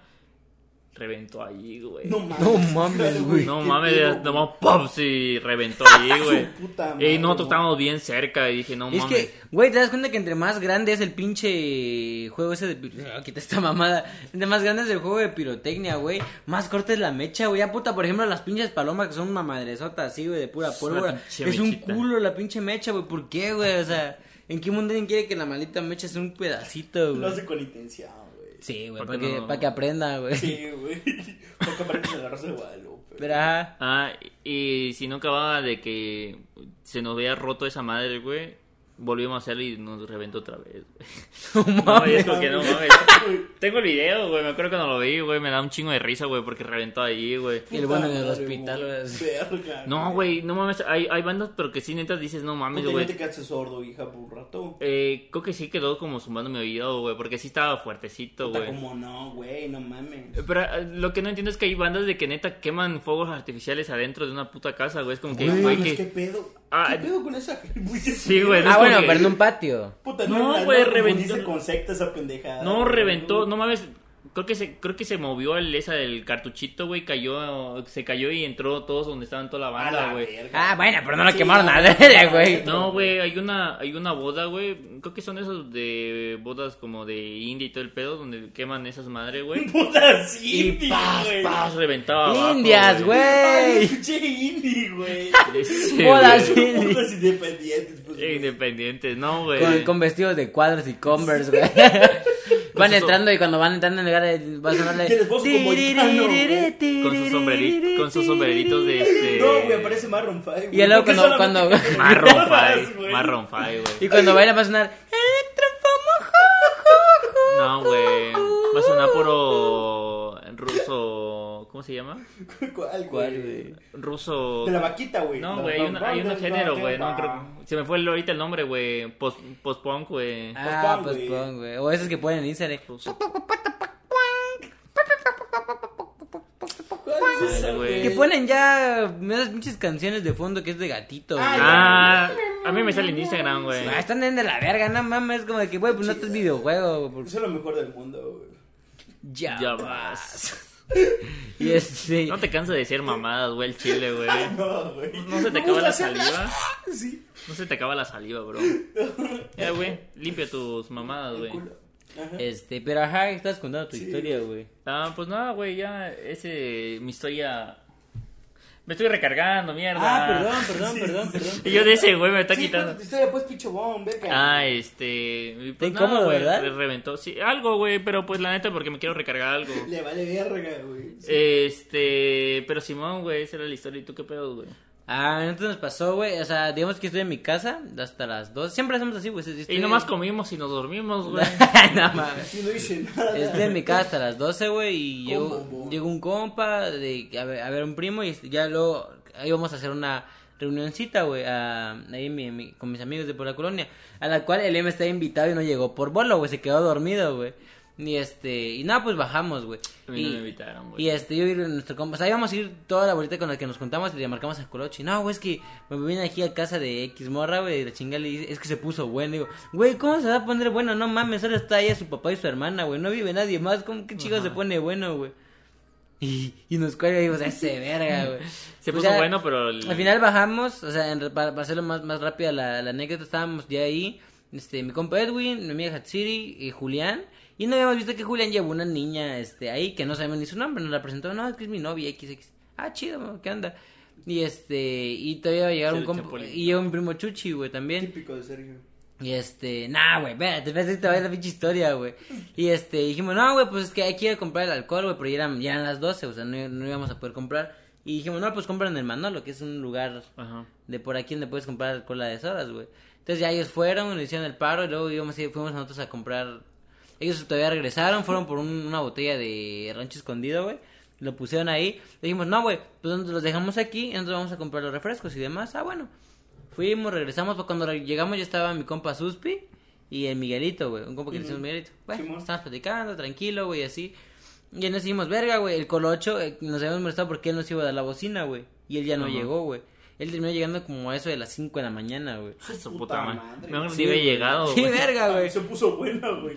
Speaker 3: Reventó allí, güey.
Speaker 4: No mames.
Speaker 1: No mames, güey.
Speaker 3: No
Speaker 4: qué pedo,
Speaker 3: mames,
Speaker 4: güey.
Speaker 3: nomás pops y reventó allí, güey.
Speaker 4: Su puta
Speaker 3: Y
Speaker 4: madre,
Speaker 3: nosotros
Speaker 4: güey.
Speaker 3: estábamos bien cerca y dije, no
Speaker 1: Es
Speaker 3: mames.
Speaker 1: que, güey, te das cuenta que entre más grande es el pinche juego ese de. Ah, Quita esta mamada. Entre más grande es el juego de pirotecnia, güey. Más corta es la mecha, güey. Ya puta, por ejemplo, las pinches palomas que son mamadresotas así, güey, de pura pólvora.
Speaker 3: pinche
Speaker 1: Es un
Speaker 3: mechita.
Speaker 1: culo la pinche mecha, güey. ¿Por qué, güey? O sea, ¿en qué mundo alguien quiere que la maldita mecha sea un pedacito,
Speaker 4: Lo
Speaker 1: güey?
Speaker 4: hace con intención, güey.
Speaker 1: Sí, güey,
Speaker 3: ¿Por
Speaker 1: para
Speaker 3: qué
Speaker 1: que,
Speaker 3: no?
Speaker 1: pa' que aprenda, güey.
Speaker 4: Sí, güey. Porque parece la Rosa de Guadalupe.
Speaker 1: Pero, ajá.
Speaker 3: Ah, y si no acababa de que se nos había roto esa madre, güey, volvimos a hacerlo y nos reventó otra vez. güey. No,
Speaker 1: mames.
Speaker 3: es como que no mames. Tengo el video, güey, me acuerdo cuando lo vi, güey, me da un chingo de risa, güey, porque reventó ahí, güey.
Speaker 1: Y el bueno en el hospital, güey.
Speaker 4: güey.
Speaker 3: No, güey, no mames, hay, hay bandas, pero que sí, neta, dices, no mames,
Speaker 4: No
Speaker 3: güey.
Speaker 4: te quedaste sordo, hija, por un rato.
Speaker 3: Eh, creo que sí quedó como zumbando mi oído, güey, porque sí estaba fuertecito,
Speaker 4: Puta,
Speaker 3: güey.
Speaker 4: como no, güey, no mames.
Speaker 3: Pero eh, lo que no entiendo es que hay bandas de que neta queman fuegos artificiales adentro de una puta casa, güey. Es como que,
Speaker 4: No
Speaker 3: güey,
Speaker 4: mames, ¿Qué
Speaker 3: que...
Speaker 4: pedo?
Speaker 3: Ah,
Speaker 4: ¿Qué pedo con esa?
Speaker 3: Sí, güey, no
Speaker 1: Ah,
Speaker 3: es como
Speaker 1: bueno,
Speaker 3: que-
Speaker 1: pero en un patio.
Speaker 4: Puta,
Speaker 3: No,
Speaker 4: no,
Speaker 3: güey,
Speaker 4: güey,
Speaker 3: reventó.
Speaker 4: reventó. con secta esa pendejada.
Speaker 3: No,
Speaker 4: güey.
Speaker 3: reventó, no mames. Creo que se, creo que se movió el esa del cartuchito, güey, cayó, se cayó y entró todos donde estaban toda la
Speaker 4: A
Speaker 3: banda,
Speaker 4: la
Speaker 3: güey.
Speaker 4: verga.
Speaker 1: Ah, bueno, pero no lo
Speaker 4: Sí,
Speaker 1: quemaron
Speaker 4: no,
Speaker 1: a
Speaker 4: no,
Speaker 1: verga,
Speaker 4: no,
Speaker 1: güey.
Speaker 3: No, güey, hay una, hay una boda, güey. Creo que son esos de bodas como de India y todo el pedo, donde queman esas madres, güey.
Speaker 4: Puta, sí,
Speaker 3: Y
Speaker 4: indie,
Speaker 3: paz,
Speaker 4: güey.
Speaker 3: paz, reventaba. abajo,
Speaker 1: Indias,
Speaker 4: Ay,
Speaker 1: güey.
Speaker 4: pinche indie, güey.
Speaker 3: Sí,
Speaker 1: Bodas.
Speaker 3: güey. Eh,
Speaker 1: Sí.
Speaker 4: Putas independientes, pues. güey.
Speaker 3: Independientes, no,
Speaker 1: Con,
Speaker 3: güey.
Speaker 1: con vestidos de cuadros y converse, güey. van
Speaker 3: su som-
Speaker 1: entrando y cuando van entrando en el lugar va a sonarle.
Speaker 4: Tienes voz como moicano, güey.
Speaker 3: Con sus sombreritos, con sus sombreritos de este.
Speaker 4: No, güey, parece Marron 5.
Speaker 1: Y luego cuando. cuando
Speaker 3: Marron
Speaker 4: Bodas,
Speaker 3: Five,
Speaker 4: güey.
Speaker 3: Marron Five, güey.
Speaker 1: y cuando baila va a sonar. "Electrofomo, jo, jo, jo".
Speaker 3: No, güey. Va a sonar puro ruso ¿Cómo se llama?
Speaker 1: ¿Cuál,
Speaker 4: ¿Cuál, güey?
Speaker 1: güey?
Speaker 3: Ruso.
Speaker 4: De la vaquita, güey.
Speaker 3: No, güey, hay, una- hay un género, güey. No, creo- se me fue el- ahorita el nombre, güey. Post- Post-punk, güey. Pues
Speaker 1: Ah,
Speaker 4: punk,
Speaker 1: pues
Speaker 4: güey.
Speaker 1: punk, güey. O esos que ponen en Instagram.
Speaker 4: ¿Cuál es esa,
Speaker 3: Ay,
Speaker 4: güey?
Speaker 3: güey.
Speaker 1: Que ponen ya esas pinches canciones de fondo que es de gatito. güey.
Speaker 3: Ah, a mí me sale en Instagram, güey.
Speaker 1: Ah, están en de la verga, no mames. Es como de que, güey, pues no estás videojuego. güey, por-
Speaker 4: Eso es lo mejor del mundo, güey.
Speaker 1: Ya,
Speaker 3: Ya
Speaker 1: vas. y este.
Speaker 3: No te canso de decir mamadas, güey, el chile, güey.
Speaker 4: No, güey.
Speaker 3: No se te
Speaker 4: Me
Speaker 3: acaba
Speaker 4: gusta
Speaker 3: la
Speaker 4: hacerlas.
Speaker 3: saliva.
Speaker 4: Sí.
Speaker 3: No se te acaba la saliva, bro. Ya, güey, limpia tus mamadas, güey. Eh,
Speaker 1: Este, pero ajá, estás contando tu historia, güey.
Speaker 3: Ah, pues nada, güey, ya ese mi historia me estoy recargando, mierda.
Speaker 1: Ah, perdón, perdón, perdón, perdón.
Speaker 3: Y yo de ese güey me está
Speaker 4: Sí,
Speaker 3: quitando.
Speaker 4: pues, tu historia, pues, picho bon, verga.
Speaker 3: Ah, este, y pues
Speaker 1: Está incómodo,
Speaker 3: güey,
Speaker 1: ¿verdad?
Speaker 3: me reventó. Sí, algo, güey, pero pues la neta porque me quiero recargar algo.
Speaker 4: Le vale verga, güey.
Speaker 3: Eh, Este, pero Simón, güey, esa era la historia. ¿Y tú qué pedo, güey?
Speaker 1: Ah, entonces nos pasó, güey. O sea, digamos que estoy en mi casa hasta las 2. Siempre hacemos así, güey. si estoy-
Speaker 3: Y nomás comimos y nos dormimos, güey.
Speaker 1: no mames.
Speaker 4: Y no hice nada.
Speaker 1: Estoy en mi casa hasta las 12, güey, y llegó,
Speaker 4: Compa, amor.
Speaker 1: llegó un compa, de, a, ver, a ver, un primo, y ya luego íbamos a hacer una reunioncita, güey, a- ahí en mi- mi- con mis amigos de por la colonia, a la cual el M estaba invitado y no llegó por bolo, güey, se quedó dormido, güey. Y este, y nada, pues bajamos, güey.
Speaker 3: A mí no
Speaker 1: Y-
Speaker 3: me invitaron, güey.
Speaker 1: y este, yo y nuestro compa, o sea, íbamos a ir toda la bolita con la que nos juntamos y le marcamos a Colochi. No, güey, es que me vine aquí a casa de X morra, güey, y la chingada le dice, es que se puso bueno. Digo, güey, ¿cómo se va a poner bueno? No mames, solo está ella, su papá y su hermana, güey, no vive nadie más. ¿Cómo que chico se pone bueno, güey? Y, y nos cuelga y digo, ese verga, güey.
Speaker 3: Se
Speaker 1: Pues
Speaker 3: puso
Speaker 1: ya-
Speaker 3: bueno, pero el-
Speaker 1: al final bajamos, o sea, en- para, para hacerlo más, más rápida la, la anécdota, estábamos ya ahí, este, mi compa Edwin, mi amiga Hatsiri y Julián, y no habíamos visto que Julián llevó una niña, este, ahí, que no sabemos ni su nombre, nos la presentó, no, es que es mi novia, XX, ah, chido, mo, ¿qué onda? Y este, y todavía va a llegar
Speaker 3: Sí,
Speaker 1: un
Speaker 3: el
Speaker 1: compa,
Speaker 3: Chapulín.
Speaker 1: y llegó mi primo Chuchi, güey, también,
Speaker 4: Típico de Sergio.
Speaker 1: y este, nah, güey, espérate, espérate, te voy a la pinche historia, güey. Y este, dijimos, no, güey, pues es que hay que ir a comprar el alcohol, güey, pero ya eran, ya eran las 12, o sea, no, no íbamos a poder comprar. Y dijimos, no, pues compran en el Manolo, que es un lugar
Speaker 3: Ajá.
Speaker 1: de por aquí donde puedes comprar alcohol a deshoras, güey. Entonces ya ellos fueron, le hicieron el paro y luego íbamos, a- fuimos nosotros a comprar. Ellos todavía regresaron, fueron por un- una botella de rancho escondido, güey. Lo pusieron ahí. Le dijimos, no, güey, pues nosotros los dejamos aquí y nosotros vamos a comprar los refrescos y demás. Ah, bueno. Fuimos, regresamos, pues cuando re- llegamos ya estaba mi compa Suspi y el Miguelito, güey. Un compa que le decimos Miguelito. Bueno,
Speaker 4: Simón.
Speaker 1: estábamos platicando, tranquilo, güey, así. Y nos hicimos verga, güey. El colocho eh, nos habíamos molestado porque él nos iba a dar la bocina, güey. Y él ya no
Speaker 3: Ajá.
Speaker 1: llegó, güey. Él terminó llegando como a eso de las 5 de la mañana, güey.
Speaker 4: Su
Speaker 3: Su
Speaker 4: puta
Speaker 3: puta
Speaker 4: madre.
Speaker 3: madre. Mejor ni
Speaker 1: Sí,
Speaker 3: había
Speaker 1: güey.
Speaker 3: llegado,
Speaker 1: Sí,
Speaker 3: güey.
Speaker 1: verga,
Speaker 4: Ah,
Speaker 1: güey.
Speaker 4: Se puso bueno, güey.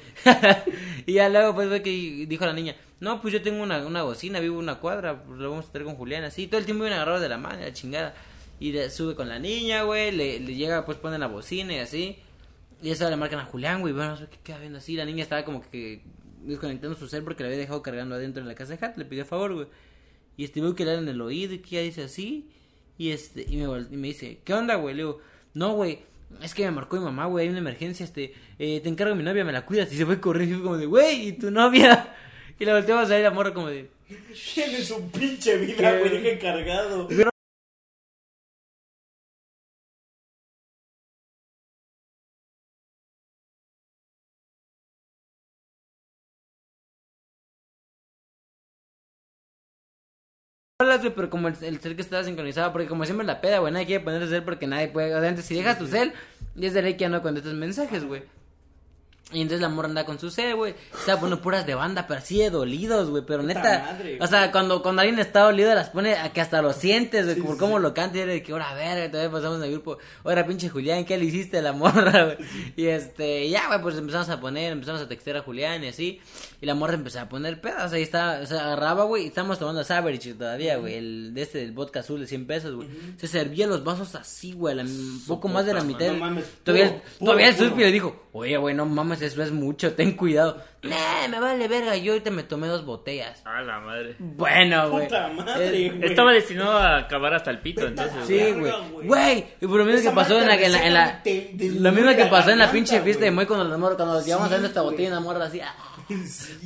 Speaker 1: y ya luego, pues, fue que dijo la niña, no, pues yo tengo una, una bocina, vivo una cuadra, pues, lo vamos a estar con Julián, así. Todo el tiempo iban agarrados de la mano, la chingada. Y le- sube con la niña, güey, le, le llega, pues, pone la bocina y así. Y eso le marcan a Julián, güey, bueno, no sé qué queda viendo así. La niña estaba como que desconectando su cel porque la había dejado cargando adentro de la casa de Hat, le pidió favor, güey. Y este veo que le dan en el oído y que ya dice así. Y este, y me, vol- y me dice, ¿qué onda, güey? Le digo, no, güey, es que me marcó mi mamá, güey, hay una emergencia, este, eh, te encargo a mi novia, me la cuidas. Y se fue corriendo y fue como de, güey, ¿y tu novia? Y la volteamos a ver la morra como de,
Speaker 4: Tiene su pinche vida,
Speaker 1: Qué-
Speaker 4: güey. Deja encargado.
Speaker 1: Hola, güey, pero como el, el cel que estaba sincronizado, porque como siempre la peda, güey, nadie quiere poner el cel porque nadie puede. O sea, antes, si dejas tu cel, ya es de ley que ya no contestas mensajes, güey. Y entonces la morra anda con su cel, güey. Estaba poniendo puras de banda, pero así de dolidos, güey. Pero
Speaker 4: Puta
Speaker 1: neta.
Speaker 4: madre,
Speaker 1: o sea, cuando, cuando alguien está dolido, las pone a que hasta lo sientes, güey.
Speaker 4: Sí,
Speaker 1: por
Speaker 4: sí,
Speaker 1: cómo lo canta y era de que, ahora verga, todavía pasamos en el grupo. Ahora, pinche Julián, ¿qué le hiciste a la morra, güey? Y este, ya, güey, pues empezamos a poner, empezamos a textear a Julián y así. Y la morra empezó a poner pedas. Ahí estaba, o sea, agarraba, güey. Y estábamos tomando Saverage todavía, güey. El de este, del vodka azul de 100 pesos, güey. Se servía los vasos así, güey. a la- Un poco más de la
Speaker 3: puta
Speaker 1: mitad.
Speaker 4: madre. No mames,
Speaker 1: Todavía,
Speaker 4: puro, puro,
Speaker 1: todavía el
Speaker 4: puro.
Speaker 1: suspiro le dijo, oye, güey, no mames, eso es mucho, ten cuidado. Nah, me vale verga, yo ahorita me tomé dos botellas.
Speaker 3: A Ah, la madre.
Speaker 1: Bueno, güey.
Speaker 4: Puta madre,
Speaker 1: Eh,
Speaker 4: güey.
Speaker 3: Estaba destinado a acabar hasta el pito, entonces.
Speaker 1: Sí,
Speaker 3: güey.
Speaker 1: güey.
Speaker 4: Verga, güey.
Speaker 1: Güey, y por lo mismo
Speaker 4: Esa
Speaker 1: que pasó en la,
Speaker 4: madre
Speaker 1: en la, en la-
Speaker 4: te- te
Speaker 1: lo mismo que
Speaker 4: desnuda
Speaker 1: pasó en
Speaker 4: la
Speaker 1: la pinche
Speaker 4: garganta,
Speaker 1: fiesta de
Speaker 4: güey.
Speaker 1: Moy cuando las morras, cuando nos llevamos
Speaker 4: Sí,
Speaker 1: a esta
Speaker 4: güey.
Speaker 1: botella de morra así, ah,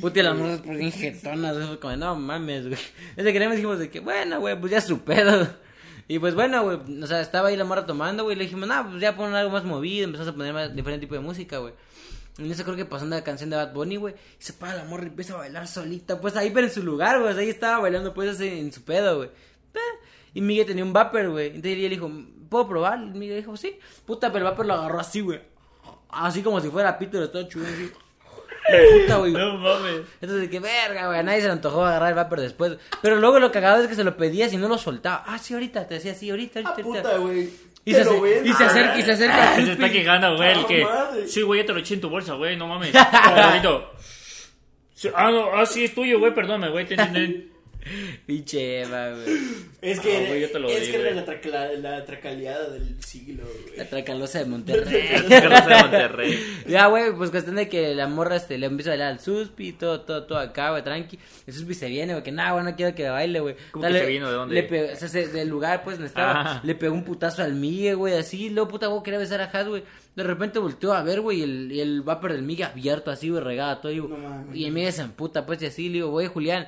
Speaker 1: puta, y las morras pues bien jetonas, eso, como, no mames, güey. Ese que dijimos de que, bueno, güey, pues ya es su pedo. Y pues bueno, güey, o sea, estaba ahí la morra tomando, güey, y le dijimos, nah, pues ya ponen algo más movido, empezamos a poner más, diferente tipo de música, güey. En eso creo que pasó una canción de Bad Bunny, güey, y se para la morra y empieza a bailar solita, pues ahí, pero en su lugar, güey, o sea, ahí estaba bailando, pues, así, en su pedo, güey. Pa. Y Miguel tenía un vapor, güey, entonces él dijo, ¿puedo probar? Y Miguel dijo, sí, puta, pero el vapor lo agarró así, güey, así como si fuera Peter, estaba chulando así. Puta, güey.
Speaker 3: No mames.
Speaker 1: Entonces, que verga, güey. A nadie se le antojó agarrar el vapor después. Pero luego lo cagado es que se lo pedías y no lo soltaba. Ah, sí, ahorita. Te decía, sí, ahorita,
Speaker 4: Ah,
Speaker 1: ahorita. ahorita.
Speaker 4: puta, güey.
Speaker 1: y, se,
Speaker 4: Te lo
Speaker 1: acer-
Speaker 4: vendo.
Speaker 1: y se acerca, y se acerca.
Speaker 3: Se está
Speaker 1: Crispy.
Speaker 3: quejando, güey, el
Speaker 4: Ah,
Speaker 3: que...
Speaker 4: madre.
Speaker 3: Sí, güey, ya te lo eché en tu bolsa, güey, no mames. Cargadito. Sí, Ah, no, ah, sí, es tuyo, güey, perdóname, güey, te entendí.
Speaker 1: Pinche Eva, güey.
Speaker 4: Es
Speaker 3: Ah,
Speaker 4: que,
Speaker 3: güey, yo te lo
Speaker 4: es
Speaker 3: di,
Speaker 4: que era
Speaker 3: güey.
Speaker 4: la, tracla- la tracaleada del siglo, güey.
Speaker 1: La tracalosa de Monterrey.
Speaker 3: Carlos de Monterrey.
Speaker 1: Ya, güey, pues cuestión de que la morra este, le empieza a bailar al suspi, todo, todo, todo acá, güey, tranqui. El suspi se viene, güey, que nada, güey, no quiero que baile, güey.
Speaker 3: ¿Cómo que se vino? ¿De dónde?
Speaker 1: le
Speaker 3: Ah.
Speaker 1: pegó- o sea, se- del lugar, pues, donde estaba.
Speaker 3: Ajá.
Speaker 1: Le pegó un putazo al Migue, güey, así. Luego, puta, güey, quería besar a Has, güey. De repente volteó a ver, güey, y el, y el vapor del Migue abierto, así, güey, regado, todo. Y,
Speaker 4: No mames.
Speaker 1: y el Migue se emputa, pues, y así, le digo, güey, Julián,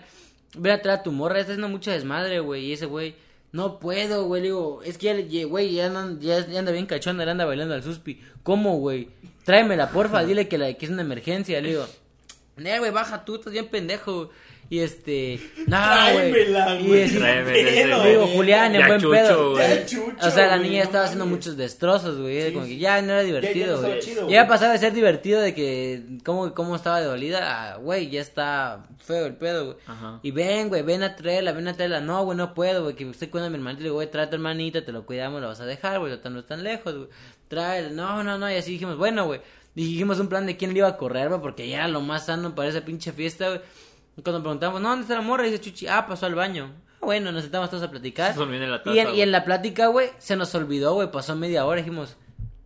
Speaker 1: ve atrás a tu morra, esta es una mucha desmadre, güey. Y ese, güey, no puedo, güey, le digo, es que, ya le- ya, güey, ya, no- ya, ya anda bien cachón, anda bailando al suspi. ¿Cómo, güey? Tráemela, porfa, dile que, la, que es una emergencia, le digo. "Nel, güey, baja tú, estás bien pendejo. Y este, no, güey.
Speaker 4: Tráemela,
Speaker 1: Y
Speaker 4: güey.
Speaker 1: así,
Speaker 3: Tráemela,
Speaker 4: Pero,
Speaker 3: ese,
Speaker 1: Digo,
Speaker 4: güey.
Speaker 1: Julián, en
Speaker 3: Ya
Speaker 1: buen
Speaker 3: chucho,
Speaker 1: pedo.
Speaker 3: güey.
Speaker 4: Ya chucho,
Speaker 1: o sea, la
Speaker 4: güey,
Speaker 1: niña
Speaker 4: no
Speaker 1: estaba haciendo
Speaker 4: mames.
Speaker 1: muchos destrozos, güey. como que ya no era divertido,
Speaker 4: estaba
Speaker 1: güey.
Speaker 4: chido,
Speaker 1: Ya, ya
Speaker 4: güey.
Speaker 1: pasaba de ser divertido de que cómo, cómo estaba de dolida, a, güey, ya está feo el pedo, güey.
Speaker 3: Ajá.
Speaker 1: Y ven, güey, ven a traerla, ven a traerla. No, güey, no puedo, güey, que usted cuida a mi hermanito. Le digo, güey, trae a tu hermanita, te lo cuidamos, lo vas a dejar, güey, no es tan lejos, güey. Trae, no, no, no, y así dijimos, bueno, güey. Dijimos un plan de quién le iba a correr, güey, porque ya era lo más sano para esa pinche fiesta, güey. Y Cuando preguntamos, no, ¿dónde está la morra? Dice Chuchi, ah, pasó al baño. Ah, bueno, nos sentamos todos a platicar.
Speaker 3: Se nos olvidó en la taza,
Speaker 1: y, en, y
Speaker 3: güey.
Speaker 1: en la plática, güey, se nos olvidó, güey, pasó media hora, dijimos,